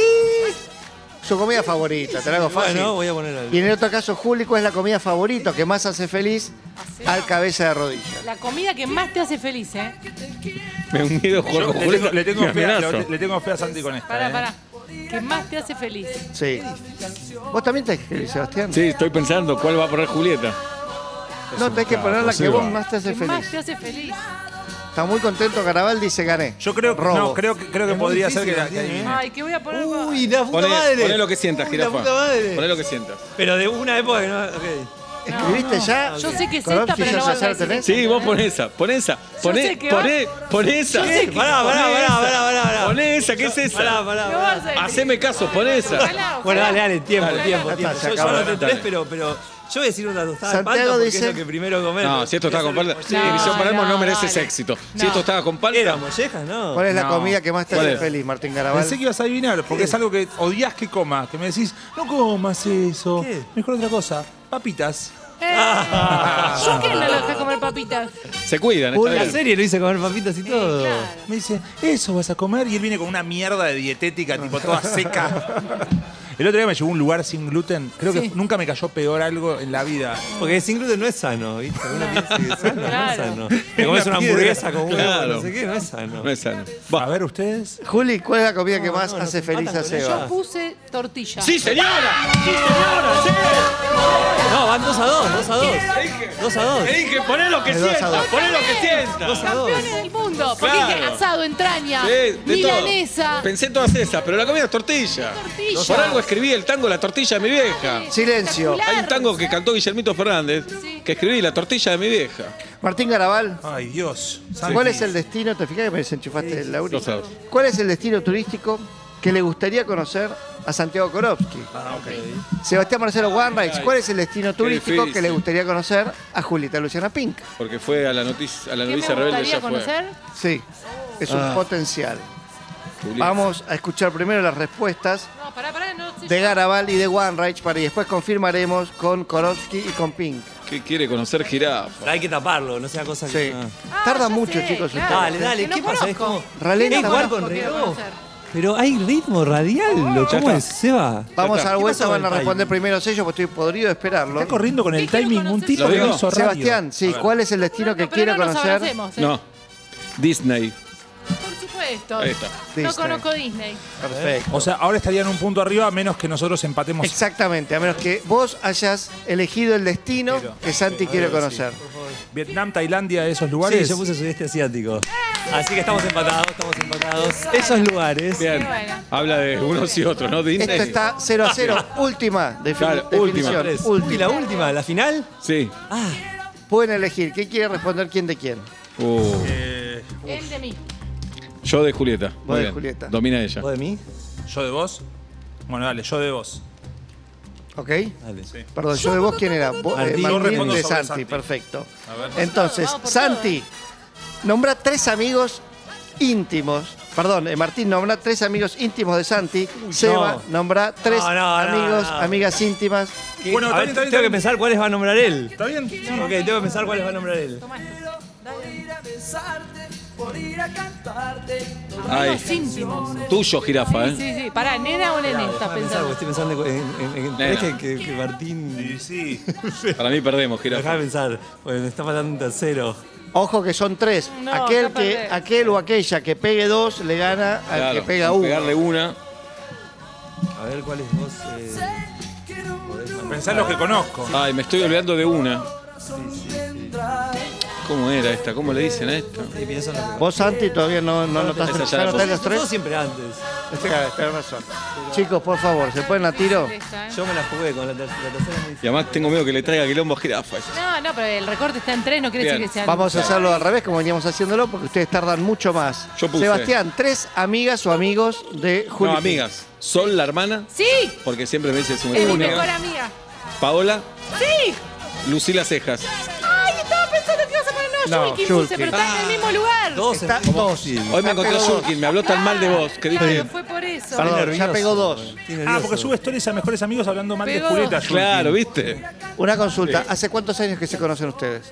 Su comida favorita, te la hago fácil.
Bueno, voy a poner algo.
Y en el otro caso, Juli, ¿cuál es la comida favorita que más hace feliz al cabeza de rodilla?
La comida que más te hace feliz, ¿eh?
Me miedo jugar
Yo
con
le tengo,
Julieta.
le, tengo
Me
fe a,
amenazo.
le- le tengo fe a Santi con esta.
Pará,
eh.
pará. Que más te hace feliz.
Sí. ¿Vos también te escribís, Sebastián?
Sí, estoy pensando cuál va a poner Julieta.
No, tenés que poner la que vos más te hace
Que más
feliz.
te hace feliz.
Está muy contento Garabal, dice gané.
Yo creo, que-
Robo.
no, creo, que- creo que
Es muy
podría ser
difícil
que la-
también,
que-
¿eh?
Ay, que voy a poner.
Uy, la puta
Poné,
madre.
poné lo que sientas,
Uy,
jirafa.
La puta madre.
Poné lo que sientas.
Pero de una época que no. ok.
¿Escribiste ya?
Yo sé que es
Korovsky,
esta, pero
ya
no
sé,
vas
ya
a
la
decir.
tenés.
Sí, vos poné esa, poné esa, e, poné,
sé que
poné, poné esa.
Yo sé que-
Pará, pará,
Poné
pará,
esa.
pará, pará, pará.
Poné esa, ¿qué es esa?
Pará, pará,
No
pará.
vas a decir.
Haceme caso, poné esa.
Ojalá,
Bueno, dale,
ojalá.
dale, tiempo,
Dale.
tiempo,
Ya
tiempo.
está, se
Yo, yo
acabó.
no te
Dale.
tres, pero, pero yo voy a decir una tostada de
Santiago
palta porque
dice-
es lo que primero comer.
No, si esto está con palta,
No,
División Palermo no
no,
mereces
dale.
éxito. Si
No.
esto estaba con
¿Era
palta,
mollejas? No.
¿Cuál es la
No.
comida que más te
¿Cuál
hace
es?
feliz, Martín Garabal?
Pensé que ibas a adivinar, porque es algo que odias que coma, que me decís, no comas eso,
¿Qué?
mejor otra cosa, papitas.
Eh, Yo que no lo dejé comer papitas.
se cuidan, está
La
bien.
serie lo hice comer papitas y todo.
Claro.
Me dice, eso vas a comer, y él viene con una mierda de dietética, tipo toda seca. El otro día me llevó a un lugar sin gluten, creo que
Sí.
nunca me cayó peor algo en la vida.
Porque sin gluten no es sano, ¿viste? Uno piensa que es sano,
Claro.
no es sano. Te comes
piedra.
una hamburguesa con huevo,
Claro.
no sé qué, no es sano.
No es sano.
A ver, ¿ustedes?
Juli, ¿cuál es la comida que
No,
más
no, no,
hace
te
feliz
matan
a
con
Seba?
ella.
Puse tortilla.
Ah. ¡Sí, señora! ¡Sí, señora! ¡Sí!
No, van dos a dos, dos a dos. Dos a dos.
Te dije, poné lo que
De dos a
sienta,
dos.
poné lo que
Dos
sienta.
a dos.
Campeones del mundo. Porque
Claro.
dije asado, entraña,
Sí, de todo.
milanesa,
Pensé en todas esas, pero la comida es tortilla.
Tortilla.
Por algo escribí el tango La tortilla de mi vieja.
Silencio.
espectacular.
Hay un tango que cantó Guillermito Fernández
Sí.
que escribí La tortilla de mi vieja.
Martín Garabal,
Ay, Dios.
¿cuál es el destino? ¿Te fijas que me desenchufaste el laurito?
Dos a dos.
¿Cuál es el destino turístico que le gustaría conocer a Santiago Korovsky? Sebastián Marcelo Warrights, ¿cuál es el destino turístico que
difícil.
le gustaría conocer a Julieta Luciana Pink?
Porque fue a la noticia, a la
¿Qué me
noticia rebelde
gustaría
ya fue.
conocer?
Sí, es un potencial.
Julieta.
Vamos a escuchar primero las respuestas
No, pará, pará, no sé.
de Garabal y de Warrights para y después confirmaremos con Korovsky y con Pink.
¿Qué quiere conocer jirafa?
Hay que taparlo, no sea cosa
Sí.
que. Ah.
Ah, ya
Tarda mucho,
sé,
chicos.
claro.
ustedes.
Dale, dale,
Que no
¿qué pasa? Es como.
Ralenta,
es jugar
conozco,
con
quiero
reloj.
conocer.
Pero hay ritmo radial, lo ¿Cómo es, Seba?
Vamos a dar
¿Qué
vuelta,
pasó
van
con
a
el
responder
timing?
primero ellos, porque estoy podrido de esperarlo.
Está corriendo con el
¿Qué quiero
timing un
conocer?
tipo
¿Lo
que
digo?
no hizo radio.
Sebastián, sí, ¿cuál es el destino
No,
que
no, pero
quiere
no nos
conocer?
avancemos, ¿eh?
No. Disney.
Por supuesto.
Ahí está.
Disney.
No conozco Disney.
Perfecto.
O sea, ahora estarían un punto arriba a menos que nosotros empatemos.
Exactamente, a menos que vos hayas elegido el destino que Santi quiere conocer.
Vietnam, Tailandia, esos
Sí,
lugares.
yo puse sudeste asiático. Así que estamos empatados, estamos empatados. Esos lugares.
Bien.
bueno.
Habla de unos y otros, ¿no? Disney.
Esto Este está 0 a 0, última defi-
Claro, última.
definición.
Tres.
última.
Y la última, la final.
Sí.
Pueden elegir qué quiere responder quién de quién.
Uh.
El de mí.
Yo de Julieta. Muy
de
bien.
Julieta.
Domina ella.
¿Vos de mí?
¿Yo de vos? Bueno, dale, yo de vos.
¿Ok?
Dale.
Perdón, yo de vos quién era. Vos, eh,
Martín. Yo
Martín
respondo
de
sobre
Santi,
Santi.
perfecto.
ver.
Entonces,
Vamos por todo,
Santi, nombra tres amigos íntimos. Perdón, eh, Martín, nombra tres amigos íntimos de Santi. Seba, nombra tres
No, no, no,
amigos,
no.
amigas íntimas.
¿Qué?
Bueno, está bien,
A ver,
está bien,
tengo
está
que
bien.
pensar cuáles va a nombrar él.
¿Está bien?
Ok, tengo que pensar cuáles va a nombrar él.
Tomá esto.
Ay.
Amigos íntimos.
Tuyo, jirafa, ¿eh?
Sí, sí. Pará, nena o nene
Déjame
estás
pensar, porque
pensando.
estoy pensando en, en- en- en
Nena.
tres que, que- que Martín.
Sí, sí.
Para mí perdemos, jirafa.
Déjame pensar, porque me está faltando un tercero.
Ojo que son tres.
No,
aquel,
no
que,
perdés.
aquel o aquella que pegue dos le gana al
Claro,
que pega
con
uno.
Pegarle una.
A ver cuáles vos. eh,
Pensá en los que conozco.
Ay, me estoy olvidando de una. ¿Cómo era esta? ¿Cómo le dicen a esta?
Y pienso en los-
Vos, Santi, todavía no, no
te-
notaste
esa ya
ya
la
notaste
puse.
los tres.
Yo siempre antes.
Claro, tenés razón. Chicos, por favor, ¿se pueden a tiro?
Esta, ¿eh?
Yo me la jugué con la, ter- la tercera. es muy
Y además tengo miedo que le traiga quilombo a jirafa.
No, no, pero el recorte está en tres, no quiere
Bien.
decir que sea.
Vamos a hacerlo al revés, como veníamos haciéndolo, porque ustedes tardan mucho más.
Yo puse.
Sebastián, tres amigas o amigos de Julio.
No, amigas. Sol, la hermana,
¡Sí!
porque siempre me dice su
Es mi
mejor
mejor
amiga.
amiga.
Paola,
¡Sí!
Lucila Cejas.
¡Ay! Estaba pensando que ibas a poner no,
No,
Yulkin
Yulkin.
puse, pero está
Ah.
en el mismo lugar.
Dos,
Está
¿cómo
dos.
es posible?
Hoy me encontré
Pero vos-
Shulkin, me habló tan mal de vos que dije.
Claro, fue por eso.
Perdón, ya
nervioso,
pegó dos.
Estoy nervioso.
Ah, porque sube stories a mejores amigos hablando mal
Pegó.
de Julieta. Yulkin.
Claro, ¿viste?
Una consulta. ¿Hace cuántos años que se conocen ustedes?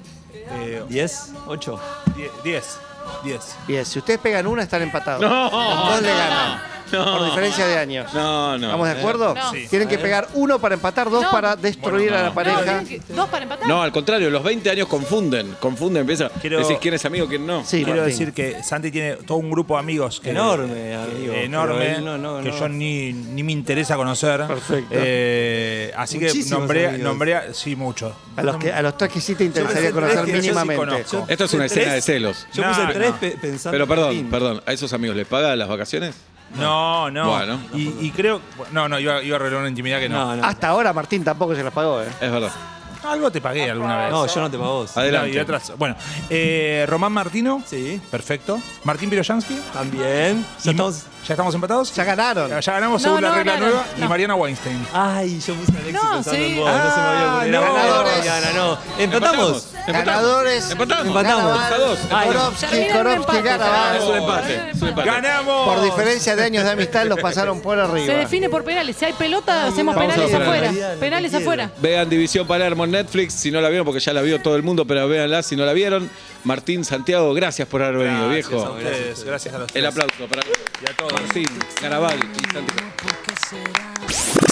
Eh,
¿Diez? ¿Ocho?
die- diez. Diez.
Bien, si ustedes pegan una, están empatados.
No.
Dos le ganan.
No.
Por diferencia de años.
No, no.
¿Estamos de acuerdo?
No.
Sí.
Tienen que pegar uno para empatar, dos
No.
para destruir
Bueno,
a
no.
la pareja.
No, ¿tienen que- ¿Dos para empatar?
No, al contrario, los 20 años confunden. Confunden, empieza
Quiero-
a decir quién es amigo, quién no.
Sí,
Quiero
Martín.
decir que Santi tiene todo un grupo de amigos. que-
Enorme,
que-
amigo,
Enorme.
pero él no- no-
que
no.
yo ni, ni me interesa conocer.
Perfecto.
Eh, así que
Muchísimos
nombré,
amigos.
nombré a- sí, muchos.
A los, que, a los tres que sí te interesaría
Yo pensé
conocer
tres que yo sí
mínimamente.
conozco.
Esto es una
¿Tres?
escena de celos.
Yo
No,
puse tres
no.
pe- pensando
Pero
en
perdón,
Martín.
perdón, ¿a esos amigos les paga las vacaciones?
No, no.
Bueno.
y, y creo. No, no, iba, iba a revelar una intimidad que no.
No, no.
Hasta ahora Martín tampoco se las pagó, ¿eh?
Es verdad.
Algo te pagué alguna vez.
No, yo no te pago vos.
Adelante.
No, y otras- bueno, eh, Román Martino.
Sí.
Perfecto. Martín Piroyansky.
También.
Y-
Ya estamos.
¿Ya estamos empatados?
Ya ganaron.
Ya ganamos
No,
según la
no,
regla
no, no,
nueva.
no.
Y Mariana Weinstein.
Ay, yo puse a Alexis
No,
pensando
sí.
en vos. no se me había
Ah,
ocurrido. No,
ganadores.
Mariana, no. ¿Empatamos?
Ganadores.
Empatamos.
Empatamos.
Ganaban,
Dos.
Ay,
Korovsky,
termina en un
Korovsky,
empate.
Garabato.
Es un empate. Es un empate.
¡Ganamos!
Por diferencia de años de amistad los pasaron por
Se
arriba.
define por penales. Si hay pelota, hacemos
Vamos a
penales
los penales.
afuera.
Mariana,
Penales
te quiero.
afuera.
Vean División Palermo en Netflix, si no la vieron, porque ya la vio todo el mundo, pero véanla si no la vieron. Martín Santiago, gracias por haber venido,
Gracias a
viejo.
ustedes, gracias a los
El
tres.
aplauso para
Y a todos.
Martín, Caraval y Santiago.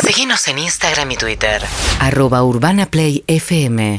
Seguinos en Instagram y Twitter.
arroba urbanaplayfm.